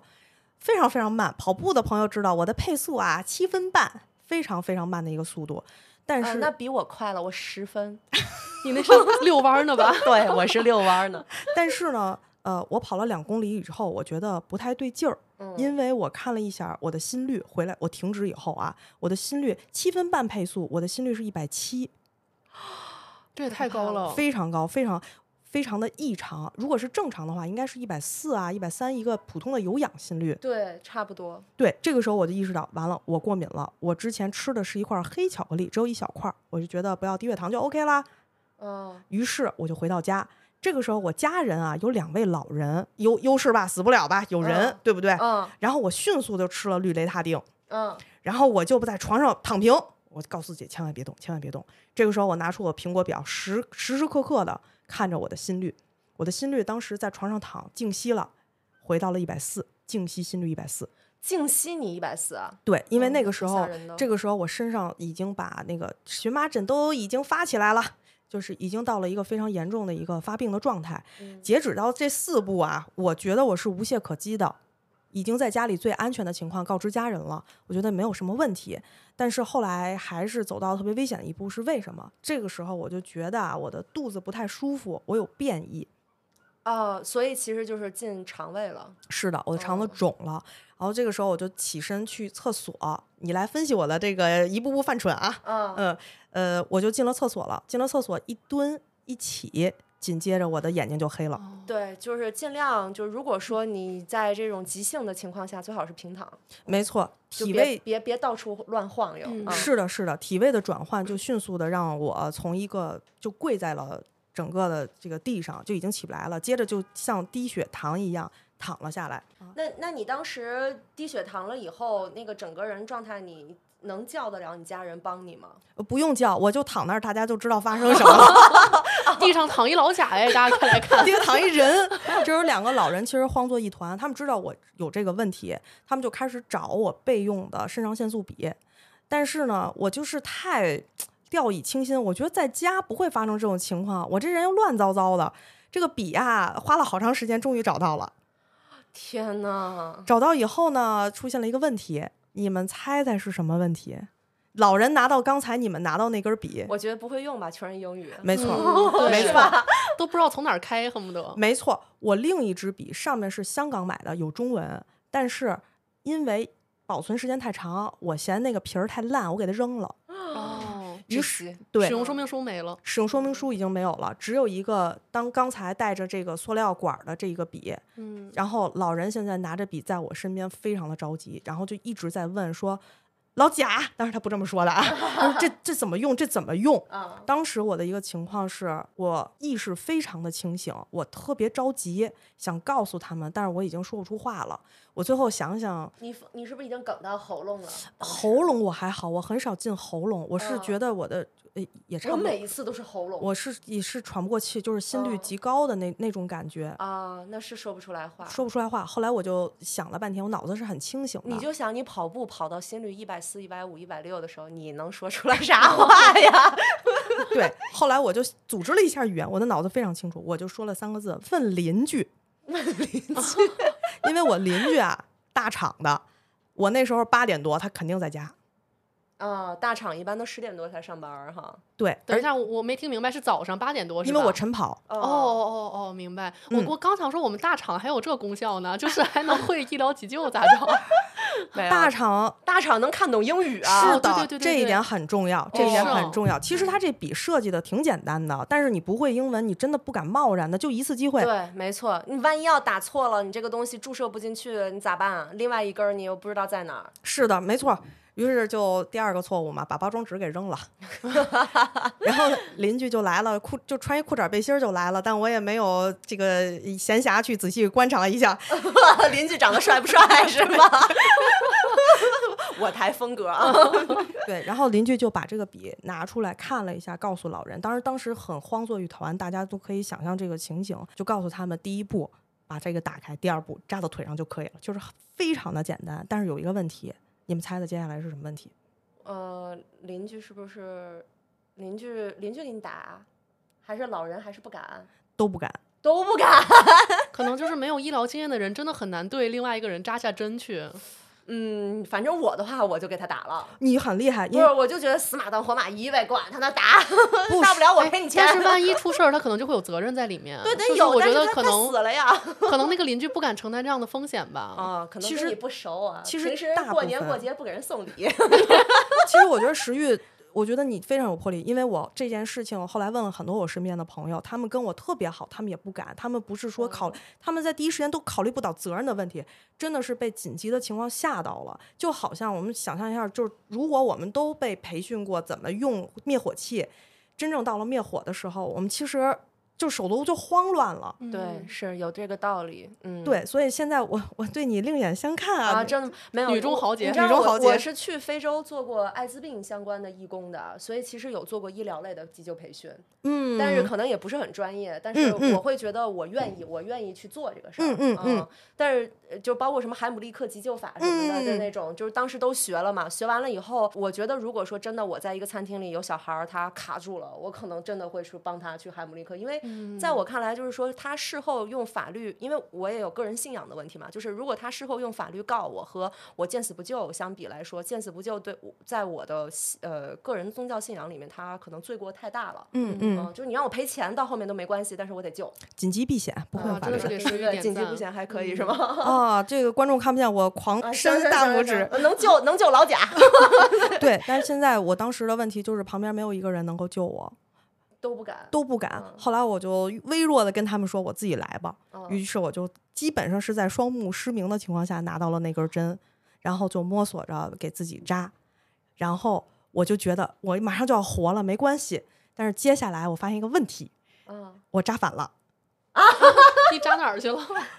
A: 非常非常慢，跑步的朋友知道我的配速啊，七分半，非常非常慢的一个速度。但
B: 啊
A: 是、
B: 那比我快了，我十分，
C: 你那是 遛弯儿 呢吧？
B: 对我是遛弯儿 呢，
A: 但是呢，呃，我跑了两公里以后，我觉得不太对劲儿，
B: 嗯
A: 因为我看了一下我的心率，回来我停止以后啊，我的心率七分半配速，我的心率是一百七，
C: 这也太高
B: 哦
C: 了，
A: 非常高，非常非常的异常。如果是正常的话，应该是一百四啊，一百三，一个普通的有氧心率。
B: 对，差不多，
A: 对，这个时候我就意识到，完了，我过敏了。我之前吃的是一块黑巧克力，只有一小块儿，我就觉得不要低血糖就 OK 啦。
B: 嗯，
A: 于是我就回到家。这个时候，我家人啊有两位老人，优优势吧，死不了吧，有人，
B: 嗯
A: 对不对？
B: 嗯
A: 然后我迅速就吃了氯雷他定，
B: 嗯，
A: 然后我就不在床上躺平。我告诉自己千万别动，千万别动。这个时候，我拿出我苹果表，时时时刻刻的看着我的心率。我的心率当时在床上躺静息了，回到了一百四，静息心率一百四。
B: 静息你一百四啊，
A: 对，因为
B: 嗯
A: 那个时
B: 挺
A: 候
B: 吓人的，
A: 这个时候我身上已经把那个荨麻疹都已经发起来了，就是已经到了一个非常严重的一个发病的状态。
B: 嗯
A: 截止到这四步啊，我觉得我是无懈可击的，已经在家里最安全的情况告知家人了，我觉得没有什么问题。但是后来还是走到特别危险的一步，是为什么？这个时候我就觉得啊，我的肚子不太舒服，我有便意。
B: 哦，所以其实就是进肠胃了。
A: 是的，我的肠子
B: 哦
A: 肿了。然后这个时候我就起身去厕所，你来分析我的这个一步步犯蠢啊。
B: 嗯，
A: 嗯，呃，我就进了厕所了。进了厕所一蹲一起，紧接着我的眼睛就黑了。
C: 哦
B: 对，就是尽量就如果说你在这种急性的情况下，最好是平躺，
A: 没错，
B: 就
A: 体
B: 别
A: 位
B: 别别到处乱晃悠。
C: 嗯
B: 嗯
A: 是的，是的，体位的转换就迅速的让我从一个就跪在了整个的这个地上，就已经起不来了，接着就像低血糖一样躺了下来。
B: 那那你当时低血糖了以后，那个整个人状态，你能叫得了你家人帮你吗？
A: 呃不用叫，我就躺那儿，大家就知道发生什么了。
C: 地上躺一老贾哎，大家快来看，
A: 这个躺一人，这有两个老人，其实慌作一团。他们知道我有这个问题，他们就开始找我备用的肾上腺素笔。但是呢，我就是太掉以轻心，我觉得在家不会发生这种情况。我这人又乱糟糟的，这个笔啊，花了好长时间，终于找到了。
B: 天呐，
A: 找到以后呢，出现了一个问题，你们猜猜是什么问题？老人拿到刚才你们拿到那根笔，
B: 我觉得不会用吧，全是英语。
A: 没错，
C: 嗯对
A: 没
C: 是
A: 错，
C: 都不知道从哪儿开，恨不得。
A: 没错。我另一支笔上面是香港买的，有中文，但是因为保存时间太长，我嫌那个皮儿太烂，我给它扔了。
C: 哦，
A: 于
D: 是
A: 嗯对
C: 使用说明书没了。
A: 使用说明书已经没有了，只有一个当刚才带着这个塑料管儿的这一个笔，
C: 嗯，
A: 然后老人现在拿着笔在我身边，非常的着急，然后就一直在问说：“老贾，当然他不这么说的啊，他说这这怎么用？这怎么用？”
B: 啊，
A: 当时我的一个情况是我意识非常的清醒，我特别着急，想告诉他们，但是我已经说不出话了。我最后想想，
B: 你你是不是已经梗到喉咙了？
A: 喉咙我还好，我很少进喉咙，我是
B: 嗯
A: 觉得我的、呃也差
B: 我
A: 不多
B: 每。一次都是喉咙。
A: 我是也是喘不过气，就是心率
B: 嗯
A: 极高的那、那种感觉，
B: 啊，那是说不出来话。
A: 说不出来话。后来我就想了半天，我脑子是很清醒的。
B: 你就想你跑步跑到心率一百四、一百五、一百六的时候，你能说出来啥话呀？
A: 对，后来我就组织了一下语言，我的脑子非常清楚，我就说了三个字：问邻居。问邻居，因为我邻居啊，大厂的，我那时候八点多，他肯定在家。
B: 啊，大厂一般都十点多才上班儿哈。
A: 对，
C: 等一
A: 而
C: 下，我我没听明白，是早上八点多是
A: 因
C: 吧？
A: 为我晨跑，
B: 哦
C: 哦哦哦哦，明白。我
A: 嗯
C: 我刚想说，我们大厂还有这功效呢，就是还能会医疗急救咋着？啊
B: 没有
A: 大厂
B: 大厂能看懂英语啊？
A: 是
C: 哦哦对
A: 的，
C: 对对对
A: 这一
C: 对
A: 点很重要，这一点
C: 是
A: 很
C: 哦
A: 重要。其实他这笔设计的挺简单的，但是你不会英文，你真的不敢贸然的，就一次机会。
B: 对，没错。你万一要打错了，你这个东西注射不进去，你咋办、啊？另外一根儿你又不知道在哪儿。
A: 是的，没错。于是就第二个错误嘛，把包装纸给扔了， 然后邻居就来了，裤就穿一裤衩背心儿就来了，但我也没有这个闲暇去仔细观察一下，
B: 邻居长得帅不 帅是吧？我台风格啊，
A: 对，然后邻居就把这个笔拿出来看了一下，告诉老人，当时当时很荒作一团，大家都可以想象这个情景，就告诉他们第一步把这个打开，第二步扎到腿上就可以了，就是非常的简单，但是有一个问题，你们猜猜接下来是什么问题？
B: 呃，邻居是不是邻居？邻居给你打，啊还是老人还是不敢？
A: 都不敢。
B: 都不敢。
C: 可能就是没有医疗经验的人，真的很难对另外一个人扎下针去。
B: 嗯，反正我的话，我就给他打了。
A: 你很厉害，
B: 不
A: 因
B: 是，
A: 为
B: 我就觉得死马当活马医呗，管他呢，打，
A: 不
B: 大不了我
C: 哎
B: 赔你钱。
C: 但是万一出事儿，他可能就会有责任在里面。
B: 对，
C: 就
B: 得
C: 是
B: 有，
C: 我觉
B: 但
C: 得
B: 是他
C: 可
B: 他
C: 能
B: 死了呀。
C: 可能那个邻居不敢承担这样的风险吧。
B: 啊，可能
A: 其
B: 跟
A: 实
B: 你不熟啊。
A: 其实
B: 平时
A: 大部
B: 过年
A: 分
B: 过节不给人送礼，
A: 其实我觉得石玉，我觉得你非常有魄力，因为我这件事情我后来问了很多我身边的朋友，他们跟我特别好，他们也不敢，他们不是说
C: 哦
A: 考，他们在第一时间都考虑不到责任的问题，真的是被紧急的情况吓到了。就好像我们想象一下，就是如果我们都被培训过怎么用灭火器，真正到了灭火的时候，我们其实就手足就慌乱了。
C: 嗯
B: 对，，是有这个道 理。嗯，
A: 对，所以现在我我对你另眼相看啊，
B: 啊，真的没有
C: 女中
B: 我
C: 豪杰
B: 你知道
A: 女中
B: 我
A: 豪杰
B: 我是去非洲做过艾滋病相关的义工的，所以其实有做过医疗类的急救培训，
A: 嗯，
B: 但是可能也不是很专业。但是
A: 嗯嗯
B: 我会觉得我愿意，我愿意去做这个事儿。啊
A: 嗯嗯嗯
B: 但是呃就包括什么海姆立克急救法什么的
A: 嗯
B: 的那种，就是当时都学了嘛。学完了以后，我觉得如果说真的我在一个餐厅里有小孩儿他卡住了，我可能真的会去帮他去海姆立克，因为在我看来，就是说他事后用法律，因为我也有个人信仰的问题嘛，就是如果他事后用法律告我和我见死不救相比来说，见死不救对我在我的信呃个人宗教信仰里面，他可能罪过太大了。
A: 嗯嗯，
C: 哦
B: 嗯，就是你让我赔钱到后面都没关系，但是我得救，
A: 紧急避险，不会有
C: 啊
A: 法
C: 真
A: 律
C: 的
A: 的
C: 是。给
B: 对
C: 石宇
B: 对
C: 点
B: 紧急
C: 赞
B: 不行还可以是吗？
A: 啊，这个观众看不见，我
B: 啊
A: 狂
B: 是
A: 伸
B: 是
A: 大
B: 是
A: 拇
B: 是
A: 指。
B: 呃能救能救老 贾，
A: 对，但是现在我当时的问题就是旁边没有一个人能够救我，
B: 都不 敢。
A: 都不敢
B: 嗯。
A: 后来我就微弱的跟他们说我自己来吧，于
B: 嗯，
A: 是我就基本上是在双目失明的情况下拿到了那根针，然后就摸索着给自己扎，然后我就觉得我马上就要活了，没关系。但是接下来我发现一个问题，
B: 嗯
A: 我扎反了。
C: 你扎哪儿去了？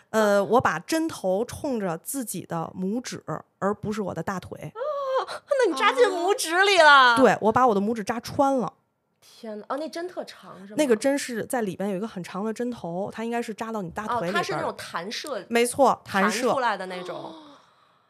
A: 呃，我把针头冲着自己的拇指，而不是我的大腿。
B: 那你扎进拇指里了。，
A: 对我把我的拇指扎穿了。
B: 天哪！哦，那针特长是吗？
A: 那个针是在里边有一个很长的针头，它应该是扎到你大
B: 哦
A: 腿，里边儿的。
B: 它是那种弹射哦
A: 没错，弹
B: 弹
A: 射
B: 出。来的那种。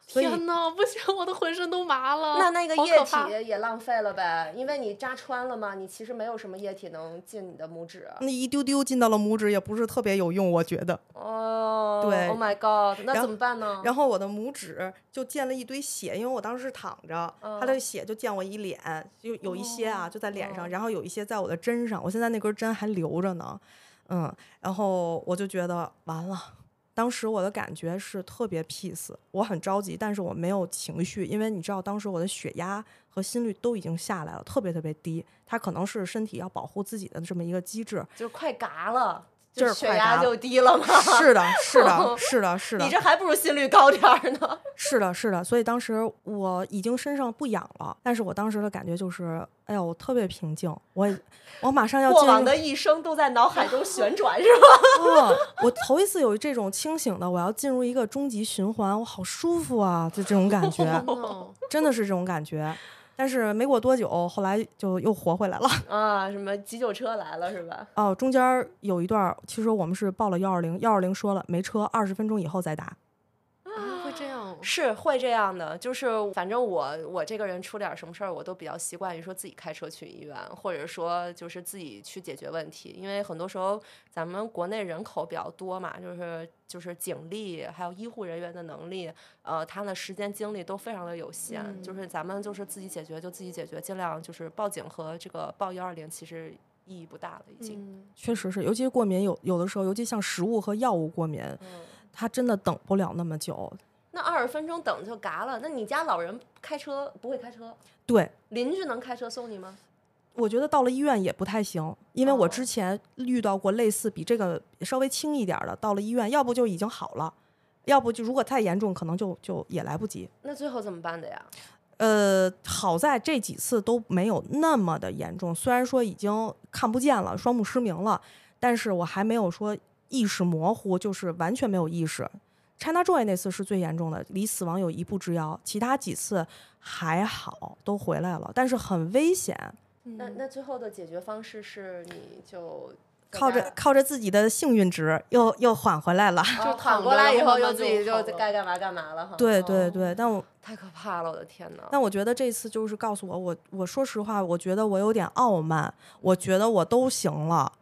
A: 所以
C: 天呐，不行，我的浑身都麻
A: 哦
C: 了。
B: 那那个
C: 好
B: 液
C: 可怕，
B: 体也浪费了呗，因为你扎穿了嘛，你其实没有什么液体能进你的拇指。啊
A: 那一丢丢进到了拇指也不是特别有用，我觉得。
B: 哦，
A: 对
B: ，Oh my God，
A: 然
B: 那
A: 后
B: 怎么办呢？
A: 然后我的拇指就溅了一堆血，因为我当时是躺着，它
B: 嗯
A: 的血就溅我一脸，就有一些
B: 哦
A: 啊就在脸上，然
B: 嗯
A: 后有一些在我的针上，我现在那根针还留着呢，嗯，然后我就觉得完了。当时我的感觉是特别 peace，我很着急，但是我没有情绪，因为你知道，当时我的血压和心率都已经下来了，特别特别低。它可能是身体要保护自己的这么一个机 制。
B: 就快嘎了，
A: 就
B: 就是血
A: 快嘎
B: 压
A: 了
B: 就低了嘛。
A: 是的，是的，是的，是的。
B: 你这还不如心率高点儿呢。
A: 是的，是的，所以当时我已经身上不痒了，但是我当时的感觉就是，哎呀，我特别平静，我也我马上要
B: 过
A: 进入
B: 往的一生都在脑海中旋转，是吧？
A: 哦，我头一次有这种清醒的，我要进入一个终极循环，我好舒服啊，就这种感觉
C: No
A: 真的是这种感觉。但是没过多久，后来就又活回来了。
B: 啊，什么急救车来了是吧？
A: 哦，中间儿有一段儿，其实我们是报了幺二零，幺二零说了没车，二十分钟以后再打。
C: 啊，会这样？
B: 是会这样的，就是反正我我这个人出点儿什么事儿，我都比较习惯于说自己开车去医院，或者说就是自己去解决问题，因为很多时候咱们国内人口比较多嘛，就是就是警力还有医护人员的能力，呃，他们的时间精力都非常的有限，
C: 嗯
B: 就是咱们就是自己解决就自己解决，尽量就是报警和这个报幺二零其实意义不大了，已经。
C: 嗯，
A: 确实是，尤其是过敏有有的时候，尤其像食物和药物过敏，
B: 嗯
A: 它真的等不了那么久。
B: 那二十分钟等就嘎了。那你家老人开车不会开车，
A: 对，
B: 邻居能开车送你吗？
A: 我觉得到了医院也不太行，因为我
B: 哦
A: 之前遇到过类似比这个稍微轻一点儿的，到了医院，要不就已经好了，要不就如果太严重，可能就就也来不及。
B: 那最后怎么办的呀？
A: 呃，好在这几次都没有那么的严重，虽然说已经看不见了，双目失明了，但是我还没有说意识模糊，就是完全没有意识。ChinaJoy 那次是最严重的，离死亡有一步之遥，其他几次还好，都回来了，但是很危险。
B: 那
C: 嗯
B: 那最后的解决方式是你就在
A: 靠着
B: 家
A: 靠着自己的幸运值又又缓回来了。
B: 啊
C: 就
B: 躺
C: 躺
B: 过
C: 着
B: 来
C: 然
B: 以
C: 后
B: 后，
C: 慢
B: 又
C: 慢
B: 自
C: 就
B: 己就
C: 好
B: 在
C: 了
B: 该干嘛干嘛了哈。
A: 对
B: 哦
A: 对，对，但我
B: 太可怕了，我的天哪！
A: 但我觉得这次就是告诉我，我我说实话，我觉得我有点傲慢，我觉得我都行了。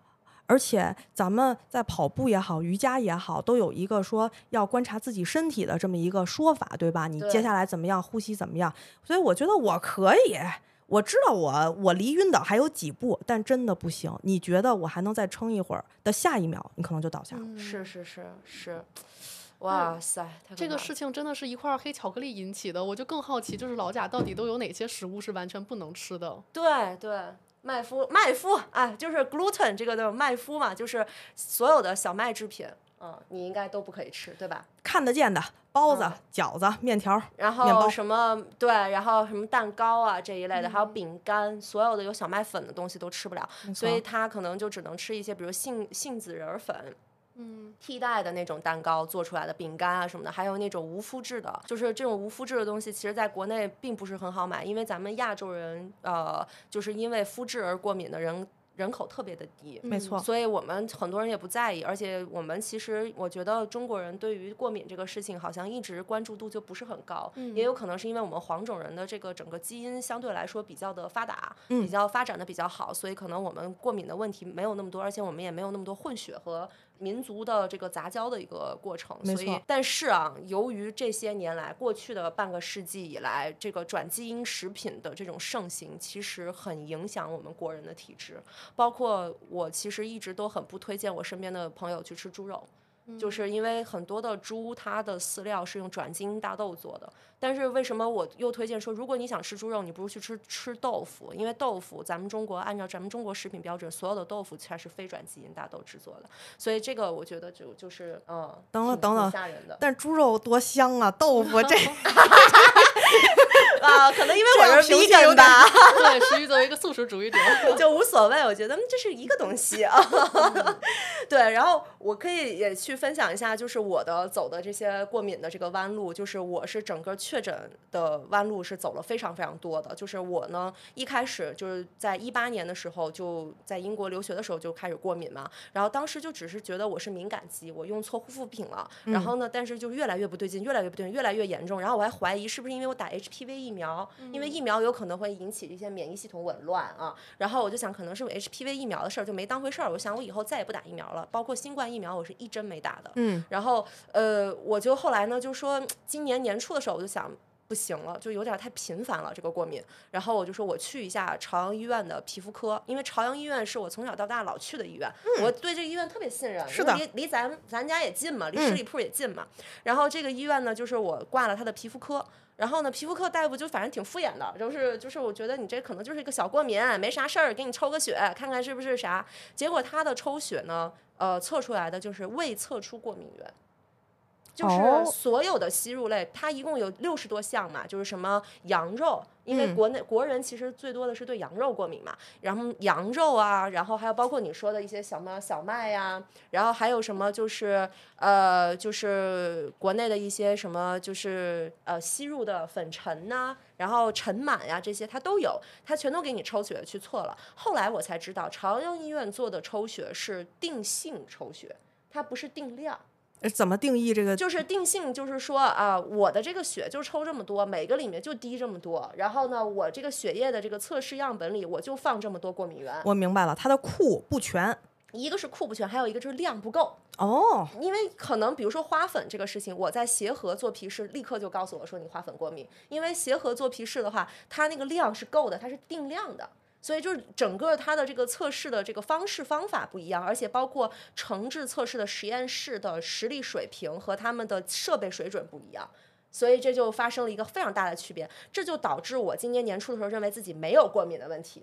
A: 而且咱们在跑步也好，瑜伽也好，都有一个说要观察自己身体的这么一个说法，对吧？你
B: 对
A: 接下来怎么样，呼吸怎么样？所以我觉得我可以，我知道我我离晕倒还有几步，但真的不行。你觉得我还能再撑一会儿的下一秒，你可能就
C: 嗯
A: 倒下了。
B: 是是是是，哇塞，太可
C: 这个
B: 怕了
C: 事情真的是一块黑巧克力引起的，我就更好奇，就是老贾到底都有哪些食物是完全不能吃的？
B: 对对。麦麸，麦麸，哎，就是 gluten 这个的麦麸嘛，就是所有的小麦制品，嗯，你应该都不可以吃，对吧？
A: 看得见的包子
B: 嗯、
A: 饺子、面条儿，
B: 然
A: 面包
B: 后什么对，然后什么蛋糕啊这一类的，还有
C: 嗯
B: 饼干，所有的有小麦粉的东西都吃不了，所
A: 嗯
B: 以他可能就只能吃一些，比如杏杏子仁儿粉。
C: 嗯，
B: 替代的那种蛋糕做出来的饼干啊什么的，还有那种无麸质的，就是这种无麸质的东西，其实在国内并不是很好买，因为咱们亚洲人，呃，就是因为肤质而过敏的人人口特别的低，
A: 没错。
B: 所以我们很多人也不在意，而且我们其实我觉得中国人对于过敏这个事情好像一直关注度就不是很高，
A: 嗯
B: 也有可能是因为我们黄种人的这个整个基因相对来说比较的发达，
A: 嗯
B: 比较发展的比较好，所以可能我们过敏的问题没有那么多，而且我们也没有那么多混血和。民族的这个杂交的一个过程，
A: 没
B: 所以
A: 错，
B: 但是啊，由于这些年来过去的半个世纪以来，这个转基因食品的这种盛行，其实很影响我们国人的体质。包括我其实一直都很不推荐我身边的朋友去吃猪肉，就是因为很多的猪它的饲料是用转基因大豆做的。但是为什么我又推荐说，如果你想吃猪肉，你不如去吃吃豆腐，因为豆腐咱们中国按照咱们中国食品标准，所有的豆腐它是非转基因大豆制作的，所以这个我觉得就就是嗯，
A: 等会儿
B: 挺
A: 等
B: 挺
A: 等
B: 吓人 的
A: 但猪肉多香啊，豆腐 这
B: 啊，可能因为
A: 这
B: 我
A: 样
B: 是
A: 评
B: v
A: 价
B: e
A: 有
B: g
A: 点
B: 吧，
C: 对，食欲作为一个素食主义者，
B: 就无所谓，我觉得嗯这是一个东西啊。 对，然后我可以也去分享一下，就是我的走的这些过敏的这个弯路，就是我是整个确诊的弯路是走了非常非常多的。就是我呢，一开始就是在一八年的时候就在英国留学的时候就开始过敏嘛，然后当时就只是觉得我是敏感肌，我用错护肤品了，然后呢，但是就越来越不对劲，越来越不对劲，越来越严重，然后我还怀疑是不是因为我打 HPV 疫苗，因为疫苗有可能会引起一些免疫系统紊乱啊，然后我就想可能是我 HPV 疫苗的事儿，就没当回事儿，我想我以后再也不打疫苗了，包括新冠疫苗我是一针没打的，
A: 嗯，
B: 然后呃，我就后来呢，就说今年年初的时候，我就想不行了，就有点太频繁了这个过敏。然后我就说我去一下朝阳医院的皮肤科，因为朝阳医院是我从小到大老去的医院，我对这个医院特别信任，
A: 嗯是
B: 因为
A: 的嗯
B: 离离咱咱家也近嘛，离十里铺也近嘛。然后这个医院呢，就是我挂了他的皮肤科。然后呢，皮肤科大夫就反正挺敷衍的，就是就是我觉得你这可能就是一个小过敏，没啥事儿，给你抽个血看看是不是啥。结果他的抽血呢，呃，测出来的就是未测出过敏源。就是
A: 哦
B: 所有的吸入类，它一共有六十多项嘛，就是什么羊肉，因为
A: 嗯
B: 国内、国人其实最多的是对羊肉过敏嘛，然后羊肉啊，然后还有包括你说的一些小麦小麦呀、然后还有什么就是呃，就是国内的一些什么就是呃吸入的粉尘呐、然后尘螨呀、这些它都有，它全都给你抽血去测了。后来我才知道，朝阳医院做的抽血是定性抽血，它不是定量。
A: 呃怎么定义这个？
B: 就是定性，就是说啊、我的这个血就抽这么多，每个里面就滴这么多，然后呢，我这个血液的这个测试样本里我就放这么多过敏原，
A: 我明白了，它的库不全
B: 一个是库不全，还有一个就是量不够，
A: 哦，
B: 因为可能比如说花粉这个事情，我在协和做皮试，立刻就告诉我说你花粉过敏，因为协和做皮试的话，它那个量是够的，它是定量的。所以就是整个它的这个测试的这个方式方法不一样，而且包括承制测试的实验室的实力水平和他们的设备水准不一样，所以这就发生了一个非常大的区别，这就导致我今年年初的时候认为自己没有过敏的问题，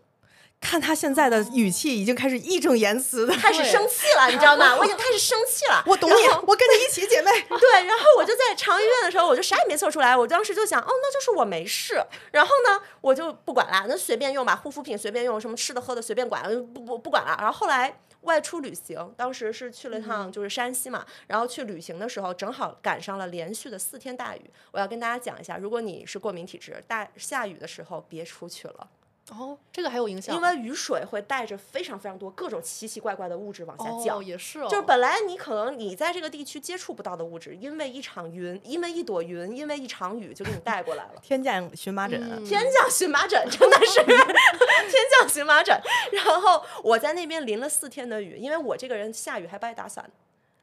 A: 看他现在的
B: 哦
A: 语气已经开始义正言辞 的，
B: 开始
C: 对
B: 生气了，你知道
A: ，
B: 吗？我已经开始生气了
A: 我懂你，我跟你一起， 姐妹。。
B: 对，然后我就在长医院的时候，我就啥也没测出来，我当时就想，哦，那就是我没事。然后呢，我就不管啦，那随便用吧，护肤品随便用，什么吃的喝的随便管，呃不不不管了。然后后来外出旅行，当时是去了趟就是山西嘛，然后去旅行的时候正好赶上了连续的四天大雨。我要跟大家讲一下，如果你是过敏体质，大下雨的时候别出去了，
C: 哦，这个还有影响，
B: 因为雨水会带着非常非常多各种奇奇怪怪的物质往下降。
C: 哦也是哦，
B: 就是本来你可能你在这个地区接触不到的物质，因为一场云，因为一朵云，因为一场雨就给你带过来了
A: 天降荨麻疹，
C: 嗯
B: 天降荨麻疹，真的是 天降荨麻疹。然后我在那边淋了四天的雨，因为我这个人下雨还不爱打伞，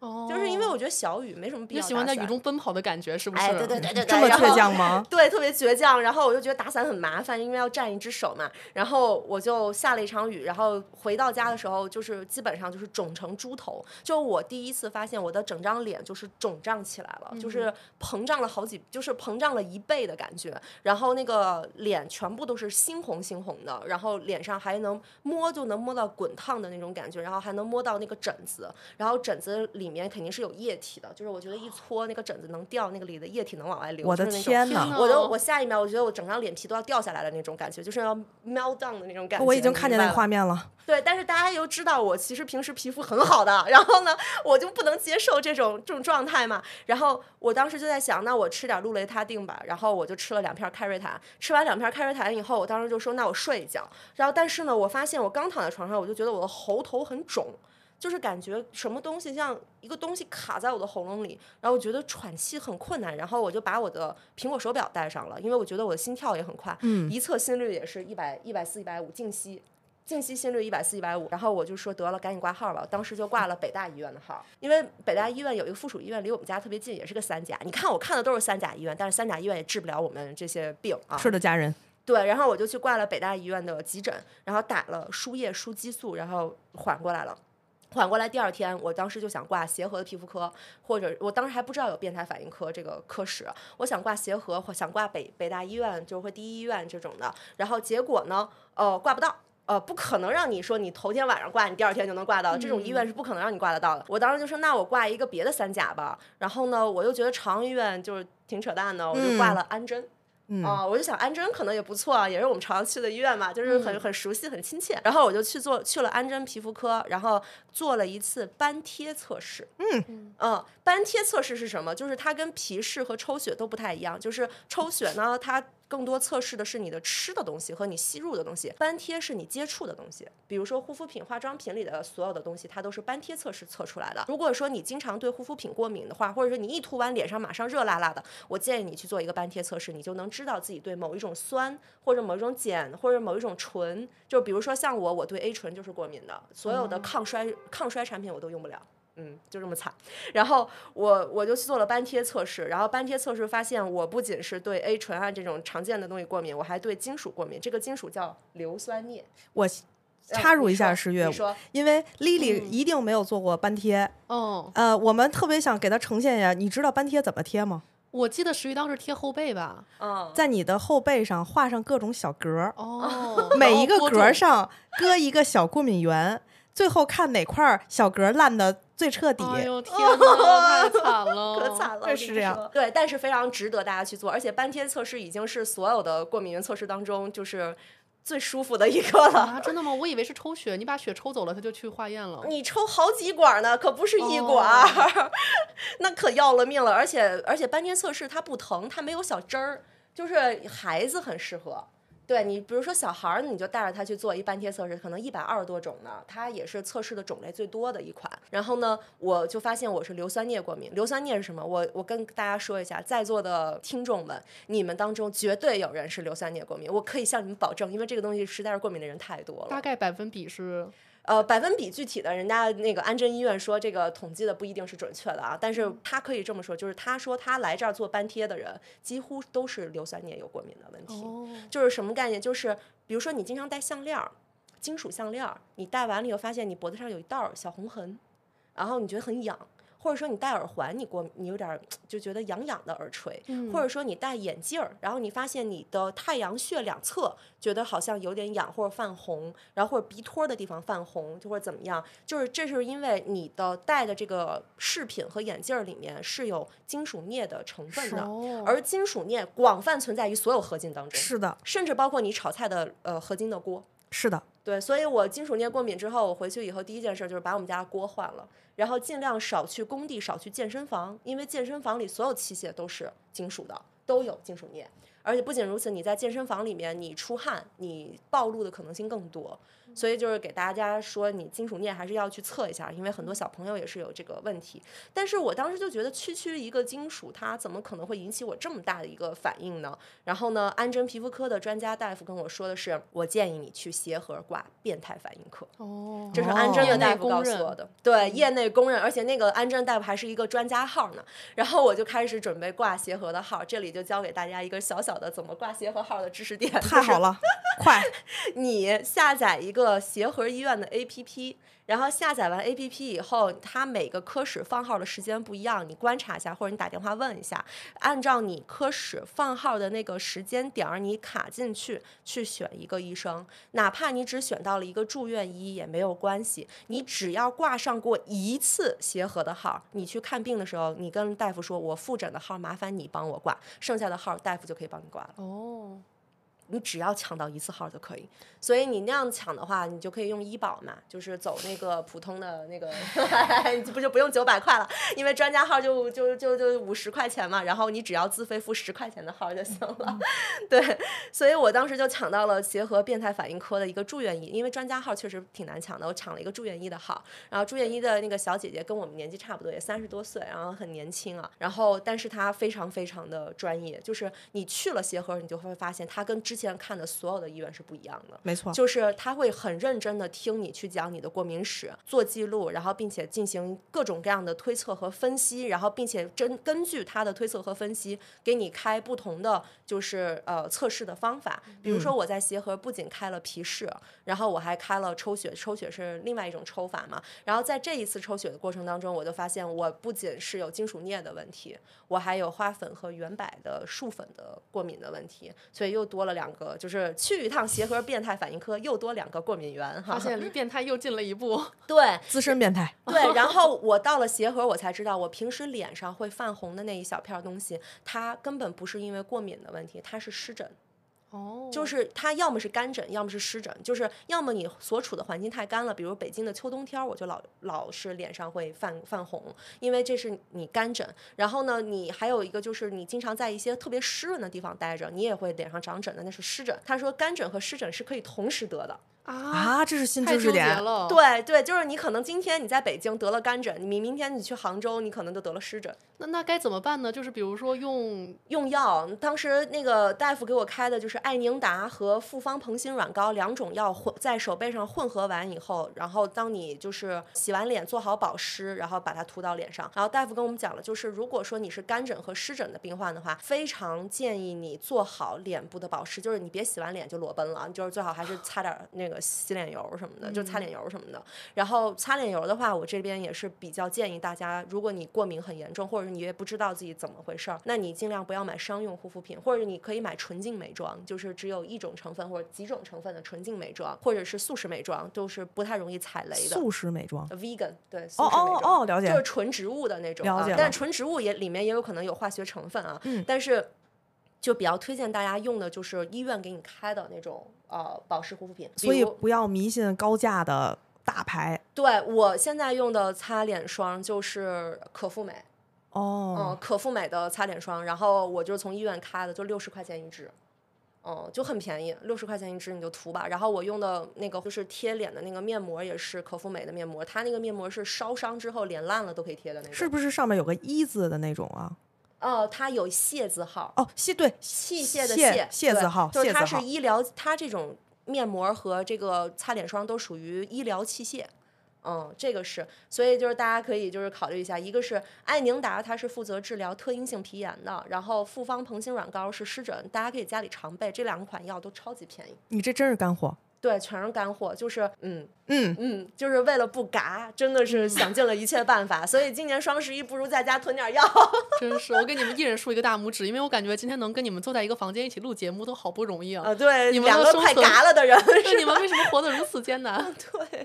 C: 哦，
B: 就是因为我觉得小雨没什么必
C: 你
B: 要。
C: 喜欢在雨，中奔跑的感觉，是不是？
B: 哎，对对对对对，
A: 这么
B: 然后
A: 倔强 吗？
B: 对，特别倔强。然后我就觉得打伞很麻烦，因为要站一只手嘛。然后我就下了一场雨，然后回到家的时候，就是基本上就是肿成猪头。就我第一次发现我的整张脸就是肿胀起来了，就是膨胀了好几，就是膨胀了一倍的感觉。然后那个脸全部都是猩红猩红的，然后脸上还能摸就能摸到滚烫的那种感觉，然后还能摸到那个疹子，然后疹子里面肯定是有液体的，就是我觉得一搓那个疹子能掉，那个里的液体能往外流。
A: 我的
B: 就是那种
A: 天
C: 天
A: 哪！
C: 哪
B: 我都我下一秒，我觉得我整张脸皮都要掉下来了那种感觉，就是要 melt down 的那种感觉。
A: 我已经看见那个画
B: 面。
A: 面了，
B: 对，但是大家又知道我其实平时皮肤很好的，然后呢，我就不能接受这种这种状态嘛。然后我当时就在想，那我吃点氯雷他定吧。然后我就吃了两片开瑞坦，吃完两片开瑞坦以后，我当时就说，那我睡一觉。然后但是呢，我发现我刚躺在床上，我就觉得我的喉头很肿。就是感觉什么东西像一个东西卡在我的喉咙里，然后我觉得喘气很困难，然后我就把我的苹果手表戴上了，因为我觉得我的心跳也很快，
A: 嗯
B: 一测心率也是一百一百四一百五，静息。静息心率一百四、一百五，然后我就说得了，赶紧挂号吧。我当时就挂了北大医院的号，因为北大医院有一个附属医院离我们家特别近，也是个三甲。你看我看的都是三甲医院，但是三甲医院也治不了我们这些病啊。
A: 是的，家人。
B: 对，然后我就去挂了北大医院的急诊，然后打了输液、输激素，然后缓过来了。缓过来第二天，我当时就想挂协和的皮肤科，或者我当时还不知道有变态反应科这个科室，我想挂协和，或想挂北北大医院，就是会第一医院这种的。然后结果呢，呃，挂不到。呃，不可能让你说你头天晚上挂，你第二天就能挂到，这种医院是不可能让你挂得到的。我当时就说，那我挂一个别的三甲吧。然后呢，我又觉得长医院就是挺扯淡的，我就挂
A: 嗯
B: 了安针。
A: 嗯
B: 啊、我就想安针可能也不错啊，也是我们常去的医院嘛，就是很
C: 嗯
B: 很熟悉、很亲切。然后我就去做去了安针皮肤科，然后做了一次斑贴测试。
C: 嗯
B: 嗯，斑贴测试是什么？就是它跟皮试和抽血都不太一样，就是抽血呢，它更多测试的是你的吃的东西和你吸入的东西，斑贴是你接触的东西，比如说护肤品、化妆品里的所有的东西，它都是斑贴测试测出来的。如果说你经常对护肤品过敏的话，或者说你一涂完脸上马上热辣辣的，我建议你去做一个斑贴测试，你就能知道自己对某一种酸或者某一种碱或者某一种醇，就比如说像我，我对 A 醇就是过敏的，所有
A: 哦
B: 的抗衰抗衰产品我都用不了。嗯，就这么惨。然后我我就去做了斑贴测试，然后斑贴测试发现我不仅是对 A 醇啊这种常见的东西过敏，我还对金属过敏。这个金属叫硫酸镍。呃
A: 我插入一下十月
B: 你，说
A: 因为 Lily
C: 嗯
A: 一定没有做过斑贴，
C: 哦，
A: 呃，我们特别想给她呈现一下，你知道斑贴怎么贴吗？
C: 我记得石玉当时贴后背吧？
B: 嗯，
A: 在你的后背上画上各种小格儿，，
C: 哦
A: 每一个
C: 然后
A: 格
C: 播
A: 儿
C: 种
A: 上搁一个小过敏源，最后看哪块儿小格儿烂的最彻底。
C: 哎 呦天哪，太惨了，
B: 可惨了，
A: 这
B: 我
A: 哦是
B: 跟
A: 这
B: 你
A: 样
B: 说。对，但是非常值得大家去做，而且斑贴测试已经是所有的过敏原测试当中就是最舒服的一个了。
C: 啊！真的吗？我以为是抽血，你把血抽走了，他就去化验了。
B: 你抽好几管呢，可不是一
C: 哦
B: 管， 那可要了命了。而且而且斑贴测试它不疼，它没有小针儿，就是孩子很适合。对你，比如说小孩儿，你就带着他去做一斑贴测试，可能一百二十多种呢，它也是测试的种类最多的一款。然后呢，我就发现我是硫酸镍过敏。硫酸镍是什么？我我跟大家说一下，在座的听众们，你们当中绝对有人是硫酸镍过敏，我可以向你们保证，因为这个东西实在是过敏的人太多了。
C: 大概百分比是
B: 呃，百分比具体的，人家那个安贞医院说这个统计的不一定是准确的啊，但是他可以这么说，就是他说他来这儿做斑贴的人，几乎都是硫酸镍有过敏的问题。
C: 哦，
B: 就是什么概念？就是比如说你经常戴项链儿，金属项链儿，你戴完了以后发现你脖子上有一道儿小红痕，然后你觉得很痒，或者说你戴耳环，你过你有点儿就觉得痒痒的耳垂，
C: 嗯
B: 或者说你戴眼镜儿，然后你发现你的太阳穴两侧觉得好像有点痒或者泛红，然后或者鼻托儿的地方泛红，就或者怎么样，就是这是因为你的戴的这个饰品和眼镜儿里面是有金属镍的成分的。
C: 哦
B: 而金属镍广泛存在于所有合金当中，
A: 是的，
B: 甚至包括你炒菜的呃合金的锅。
A: 是的，
B: 对，所以我金属镍过敏之后，我回去以后第一件事就是把我们家的锅换了，然后尽量少去工地，少去健身房，因为健身房里所有器械都是金属的，都有金属镍。而且不仅如此，你在健身房里面你出汗，你暴露的可能性更多。所以就是给大家说，你金属镍还是要去测一下，因为很多小朋友也是有这个问题。但是我当时就觉得，区区一个金属，它怎么可能会引起我这么大的一个反应呢？然后呢，安贞皮肤科的专家大夫跟我说的是，我建议你去协和挂变态反应科。
C: 哦，
B: 这是
A: 哦
B: 安贞
C: 业
B: 的
C: 内
B: 大夫告
C: 公
B: 诉
C: 认
B: 我的，对，业内公认，而且那个安贞大夫还是一个专家号呢。然后我就开始准备挂协和的号，这里就教给大家一个小小的怎么挂协和号的知识点。
A: 太好，了， 快！
B: 你下载一个协和医院的 APP，然后下载完 APP 以后，它每个科室放号的时间不一样，你观察一下，或者你打电话问一下，按照你科室放号的那个时间点儿，你卡进去去选一个医生，哪怕你只选到了一个住院医也没有关系，你只要挂上过一次协和的号，你去看病的时候，你跟大夫说，我复诊的号麻烦你帮我挂，剩下的号大夫就可以帮你挂了。
C: 哦，
B: 你只要抢到一次号就可以。所以你那样抢的话，你就可以用医保嘛，就是走那个普通的那个， 你不就不用九百块了，因为专家号就就就就五十块钱嘛，然后你只要自费付十块钱的号就行了。对，所以我当时就抢到了协和变态反应科的一个住院医，因为专家号确实挺难抢的，我抢了一个住院医的号。然后住院医的那个小姐姐跟我们年纪差不多，也三十多岁，然后很年轻啊。然后，但是她非常非常的专业，就是你去了协和，你就会发现她跟之前看的所有的医院是不一样的。
A: 没错，
B: 就是她会很认真的听你去讲你的过敏史，做记录，然后并且进行各种各样的推测和分析，然后并且真根据她的推测和分析，给你开不同的就是呃测试的方法。比如说我在协和不仅开了皮试，然后我还开了抽血，抽血是另外一种抽法嘛。然后在这一次抽血的过程当中，我就发现我不仅是有金属镍的问题，我还有花粉和原柏的树粉的过敏的问题，所以又多了两两个，就是去一趟协和变态反应科，又多两个过敏源哈
C: 发。现离变态又近了 一步。
B: 对
A: 资深变态，
B: 对，然后我到了协和，我才知道我平时脸上会泛红的那一小片儿东西，它根本不是因为过敏的问题，它是湿疹。
C: 哦，
B: 就是它要么是干疹，要么是湿疹，就是要么你所处的环境太干了，比如北京的秋冬天儿，我就老老是脸上会泛泛红，因为这是你干疹。然后呢，你还有一个就是你经常在一些特别湿润的地方待着，你也会脸上长疹的，那是湿疹。他说干疹和湿疹是可以同时得的，
C: 啊，
A: 啊，这是新
C: 太
A: 知识
C: 纠结
A: 点。
C: 了。，
B: 对对，就是你可能今天你在北京得了干疹，你明天你去杭州，你可能就得了湿疹。
C: 那那该怎么办呢？就是比如说用
B: 用药，当时那个大夫给我开的就是艾宁达和复方蓬辛软膏两种药混在手背上混合完以后，然后当你就是洗完脸做好保湿，然后把它涂到脸上。然后大夫跟我们讲了，就是如果说你是干疹和湿疹的病患的话，非常建议你做好脸部的保湿，就是你别洗完脸就裸奔了，就是最好还是擦点儿那个洗脸油什么的，就擦脸油什么的。然后擦脸油的话，我这边也是比较建议大家，如果你过敏很严重，或者你也不知道自己怎么回事儿，那你尽量不要买商用护肤品，或者你可以买纯净美妆，就是只有一种成分或者几种成分的纯净美妆，或者是素食美妆，都是不太容易踩雷的。呃
A: 素食美妆，
B: vegan 对，素
A: 哦
B: 食美
A: 哦
B: 妆
A: 哦，了解
B: 就。是纯植物的那种
A: 了
B: 啊
A: 解了，
B: 但是纯植物也里面也有可能有化学成分啊，
A: 嗯
B: 但是就比较推荐大家用的就是医院给你开的那种呃保湿护肤品，比
A: 所以
B: 如
A: 不要迷信高价的大牌
B: 对我现在用的擦脸霜就是可复美，嗯
A: 哦，，
B: 可复美的擦脸霜，然后我就是从医院开的，就六十块钱一支，嗯，就很便宜，六十块钱一支你就涂吧。然后我用的那个就是贴脸的那个面膜也是可复美的面膜，它那个面膜是烧伤之后脸烂了都可以贴的那种，
A: 是不是上面有个一字的那种啊？
B: 哦，它有械字号，
A: 哦，谢对，
B: 器械的
A: 械
B: 械
A: 械字
B: 对
A: 号
B: 就是
A: 械
B: 它
A: 字
B: 是
A: 号
B: 医疗，它这种面膜和这个擦脸霜都属于医疗器械。嗯，这个是，所以就是大家可以就是考虑一下，一个是艾宁达，它是负责治疗特因性皮炎的，然后复方蓬辛软膏是湿疹，大家可以家里常备，这两款药都超级便宜。
A: 你这真是干货。
B: 对，全是干货，就是嗯
A: 嗯，
B: 嗯，就是为了不嘎，真的是想尽了一切办法。所以今年双十一不如在家囤点药。
C: 真是，我给你们一人竖一个大拇指，因为我感觉今天能跟你们坐在一个房间一起录节目都好不容易啊。
B: 啊， 对，
C: 你们
B: 两
C: 的
B: 个
C: 生
B: 快
C: 存
B: 嘎了的人，
C: 那你们为什么活得如此艰难？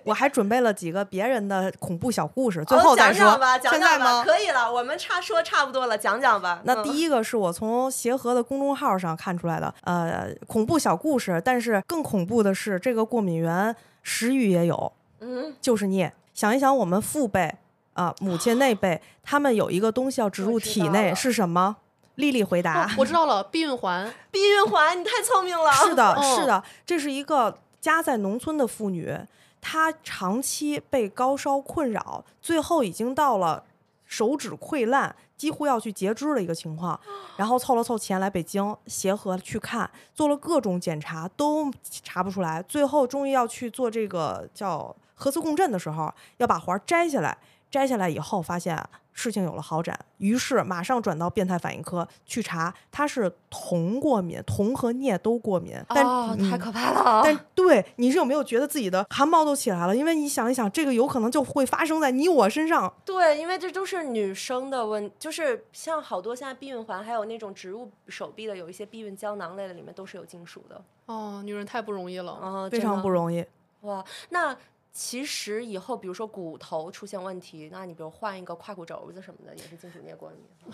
A: 我还准备了几个别人的恐怖小故事，最后再说。
B: 哦、讲讲吧，讲
A: 现
B: 讲
A: 在
B: 吧
A: 吗？
B: 可以了，我们差说差不多了，讲讲吧。嗯
A: 那第
B: 一、
A: 一个是我从协和的公众号上看出来的，呃，恐怖小故事。但是更恐怖的是，这个过敏源食欲也有，
B: 嗯，
A: 就是镍。想一想，我们父辈啊、母亲 那辈，他们有一个东西要植入
B: 我知
A: 体
B: 道
A: 内
B: 了
A: 是什么？丽丽回答
B: 啊
C: 哦。 我知道了，避孕环。
B: 避孕环，你太聪明了。
A: 是的，
C: 哦
A: 是的，这是一个家在农村的妇女，她长期被高烧困扰，最后已经到了手指溃烂，几乎要去截肢的一个情况。然后凑了凑钱来北京协和去看，做了各种检查都查不出来，最后终于要去做这个叫核磁共振的时候，要把环摘下来。摘下来以后，发现事情有了好转，于是马上转到变态反应科去查，他是铜过敏，铜和镍都过敏，但、
C: 哦，
A: 嗯
C: 太可怕
B: 啊
C: 了！
A: 但对你是有没有觉得自己的汗毛都起来了？因为你想一想，这个有可能就会发生在你我身上。
B: 对，因为这都是女生的问，就是像好多现在避孕环，还有那种植入手臂的，有一些避孕胶囊类的，里面都是有金属的。
C: 哦，女人太不容易了。
B: 嗯、
A: 非常不
B: 容
A: 容易，
B: 哇。那其实以后，比如说骨头出现问题，那你比如换一个胯骨轴子什么的，也是金属镍过敏。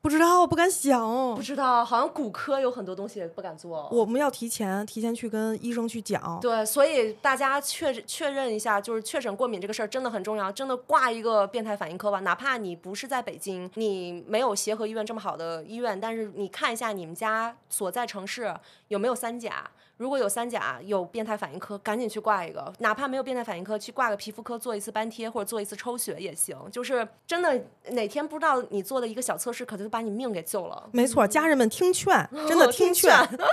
A: 不知道，不敢想。
B: 不知道，好像骨科有很多东西也不敢做。哦
A: 我们要提前提前去跟医生去讲，
B: 对，所以大家确认确认一下，就是确诊过敏这个事儿真的很重要，真的挂一个变态反应科吧。哪怕你不是在北京，你没有协和医院这么好的医院，但是你看一下你们家所在城市有没有三甲。如果有三甲有变态反应科，赶紧去挂一个，哪怕没有变态反应科，去挂个皮肤科做一次斑贴或者做一次抽血也行。就是真的哪天不知道你做的一个小测试，可能就把你命给救了。
A: 没错，家人们听劝，真的
B: 听
A: 劝。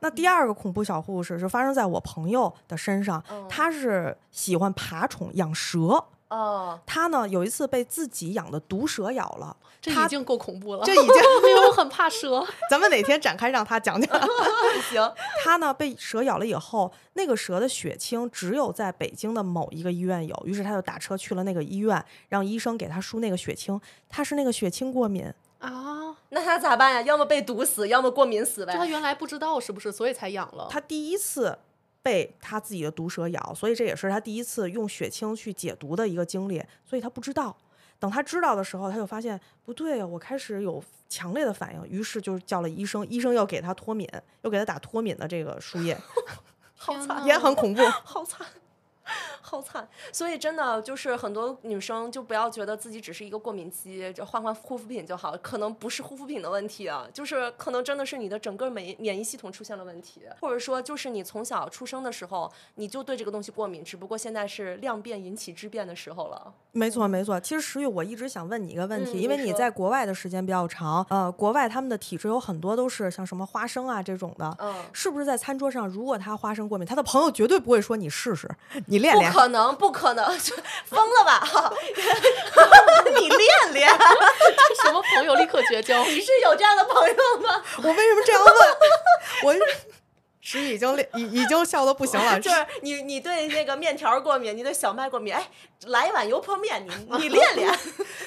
A: 那第二个恐怖小故事是发生在我朋友的身上，他是喜欢爬虫，养蛇。
B: 哦，
A: 他呢有一次被自己养的毒蛇咬了，
C: 这
A: 他
C: 已经够恐怖了。
A: 这已经，
C: 因为我很怕蛇。
A: 咱们哪天展开让他讲讲。
B: 行，
A: 他呢被蛇咬了以后，那个蛇的血清只有在北京的某一个医院有，于是他就打车去了那个医院，让医生给他输那个血清。他是那个血清过敏，
C: 啊，
B: 那他咋办呀？要么被毒死，要么过敏死
C: 就他
B: 呗。
C: 原来不知道是不是，所以才养了。
A: 他第一次被他自己的毒蛇咬，所以这也是他第一次用血清去解毒的一个经历，所以他不知道。等他知道的时候，他就发现不对啊，我开始有强烈的反应，于是就叫了医生，医生要给他脱敏，又给他打脱敏的这个输 液，
B: 好
C: 天
B: 惨
C: 呐，
A: 也很恐怖。
B: 好惨， 好惨。所以真的就是很多女生就不要觉得自己只是一个过敏肌，就换换护肤品就好，可能不是护肤品的问题啊，就是可能真的是你的整个免免疫系统出现了问题，或者说就是你从小出生的时候你就对这个东西过敏，只不过现在是量变引起质变的时候了。
A: 没错，没错。其实石玉，我一直想问你一个问题，
B: 嗯
A: 因为
B: 你
A: 你
B: 说
A: 在国外的时间比较长，呃，国外他们的体质有很多都是像什么花生啊这种的，
B: 嗯。
A: 是不是在餐桌上，如果他花生过敏，他的朋友绝对不会说你试试，你练
B: 不
A: 练，
B: 可能，不可能，就疯了吧！
A: 你练练。
C: 什么朋友立刻绝 交？
B: 你是有这样的朋友吗？
A: 我为什么这样问？ 我石宇已经练已已经笑得不 行了，
B: 就是你，你对那个面条儿过敏，你对小麦过敏，哎，来一碗油泼面，你你练 练。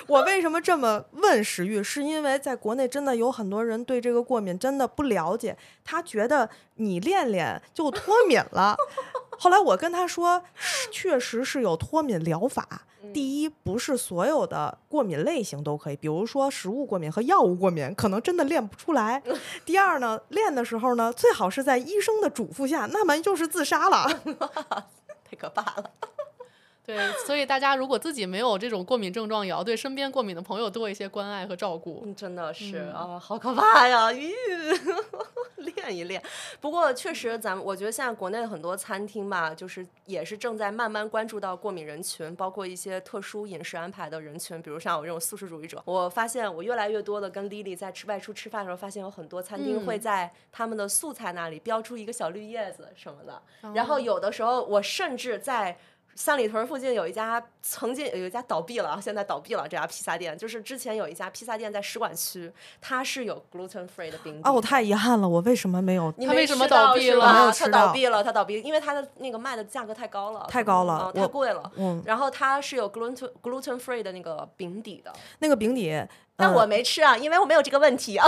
A: 我为什么这么问石玉？是因为在国内真的有很多人对这个过敏真的不了解，他觉得你练练就脱敏了。 后来我跟他说，是确实是有脱敏疗法。
B: 嗯
A: 第一，不是所有的过敏类型都可以，比如说食物过敏和药物过敏，可能真的练不出来。第二呢，练的时候呢，最好是在医生的嘱咐下，那么就是自杀了。
B: 太可怕了。
C: 对，所以大家如果自己没有这种过敏症状，也要对身边过敏的朋友多一些关爱和照顾。
B: 嗯，真的是啊，好可怕呀！吁， 练一练。不过确实咱，们我觉得现在国内的很多餐厅吧，就是也是正在慢慢关注到过敏人群，包括一些特殊饮食安排的人群，比如像我这种素食主义者。我发现我越来越多的跟 Lily 在吃外出吃饭的时候，发现有很多餐厅
C: 嗯
B: 会在他们的素菜那里标出一个小绿叶子什么的。
C: 嗯
B: 然
C: 哦
B: 后有的时候我甚至在三里屯附近有一家曾经有一家倒闭了啊，现在倒闭了这家披萨店，就是之前有一家披萨店在使馆区，它是有 gluten free 的冰
A: 哦，
B: 哦，
A: 我太遗憾了，我为什么没有
B: 你
C: 它
B: 没
C: 为什么
B: 吃到
C: 倒闭
B: 是
C: 了
B: 吧
A: 没有
B: 它
A: 吃
B: 倒
A: 到
B: 闭了，它倒闭了，因为它的那个卖的价格太高了，
A: 太高了
B: 嗯太
A: 我
B: 贵了。
A: 嗯，
B: 然后它是有 gluten gluten free 的那个饼底的，
A: 那个饼底，
B: 但
A: 嗯
B: 我没吃啊，因为我没有这个问题啊。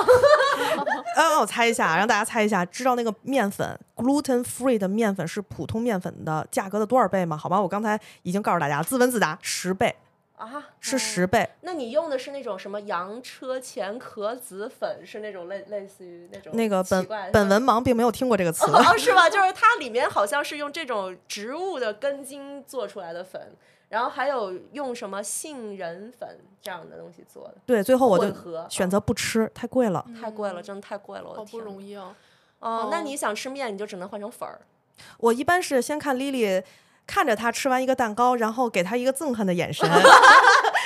A: 呃，让我猜一下，让大家猜一下，知道那个面粉 gluten free 的面粉是普通面粉的价格的多少倍吗？好吗？我刚才已经告诉大家，自问自答，十倍，
B: 啊，
A: 是十倍。
B: 那你用的是那种什么洋车前壳子粉，是那种类类似于那种
A: 那个
B: 奇
A: 本
B: 怪的
A: 本文盲并没有听过这个词，
B: 哦， 是吧？就是它里面好像是用这种植物的根茎做出来的粉，然后还有用什么杏仁粉这样的东西做的，
A: 对，最后我
B: 混
A: 就
B: 合
A: 选择不吃，太贵了。
B: 嗯太贵了，真的太贵了，我的
C: 好不
B: 天！
C: 容易啊，
B: 哦，那
C: 哦
B: 你想吃面，你就只能换成粉 儿。
A: 我一般是先看 Lily。看着她吃完一个蛋糕，然后给她一个憎恨的 眼神，
C: 为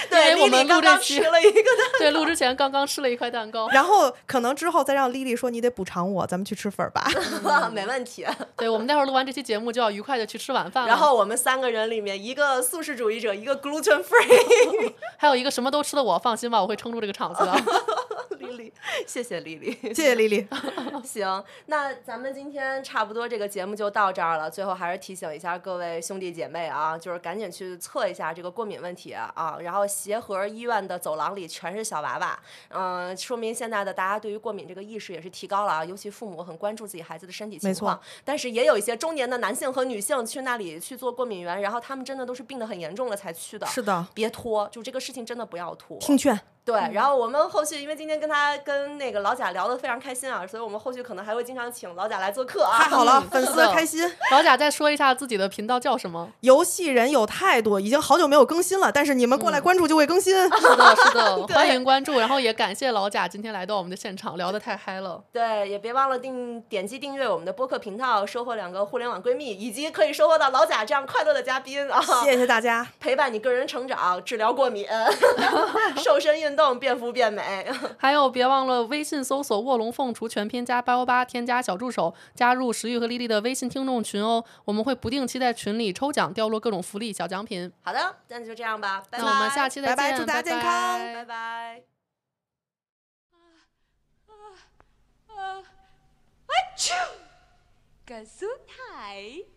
B: 对，
C: 我们
B: 丽丽
C: 录
B: 刚
C: 这
B: 刚
C: 期
B: 吃了一个蛋
C: 对，录之前刚刚吃了一块蛋糕，
A: 然后可能之后再让 Lily 说你得补偿我，咱们去吃粉儿 吧。
C: 嗯
B: 糕，没问题。
C: 对我们待会儿录完这期节目就要愉快的去吃晚饭 了，
B: 然后我们三个人里面，一个素食主义者，一个 gluten free。
C: 还有一个什么都吃的我，放心吧，我会撑住这个场子的。
B: 丽丽，谢谢丽丽。
A: 谢谢 Lily。
B: 行，那咱们今天差不多这个节目就到这儿了。最后还是提醒一下各位兄弟姐妹啊，就是赶紧去测一下这个过敏问题啊。啊然后协和医院的走廊里全是小娃娃，嗯、说明现在的大家对于过敏这个意识也是提高了啊。尤其父母很关注自己孩子的身体情
A: 没错
B: 况，但是也有一些中年的男性和女性去那里去做过敏源，然后他们真的都是病得很严重了才去的。
A: 是的，
B: 别拖，就这个事情真的不要拖。
A: 听劝。
B: 对，
C: 嗯
B: 然后我们后续因为今天跟他跟那个老贾聊得非常开心啊，所以我们后续可能还会经常请老贾来做客啊。
A: 太好了，
C: 嗯
A: 粉
C: 是
A: 丝
C: 的
A: 开心。
C: 老贾再说一下自己的频道叫什么？
A: 游戏人有太多，已经好久没有更新了，但是你们
C: 嗯
A: 过来关注就会更新。
C: 是的，是 的，
B: 对
C: 欢迎关注，然后也感谢老贾今天来到我们的现场，聊得太嗨了。
B: 对，也别忘了订点击订阅我们的播客频道，收获两个互联网闺蜜，以及可以收获到老贾这样快乐的嘉宾啊，
A: 谢谢大家，
B: 陪伴你个人成长，治疗过 敏，瘦身运动，变肤变美。
C: 还有，别忘了微信搜索“卧龙凤雏全拼加八幺八”，添加小助手，加入石玉和丽丽的微信听众群哦。我们会不定期在群里抽奖，掉落各种福利小奖品。
B: 好的，那就这样吧，拜拜。
C: 那我们下期再见，
A: 拜拜祝大家健康
C: 拜
B: 拜
C: 拜
B: 拜。
D: Gesundheit.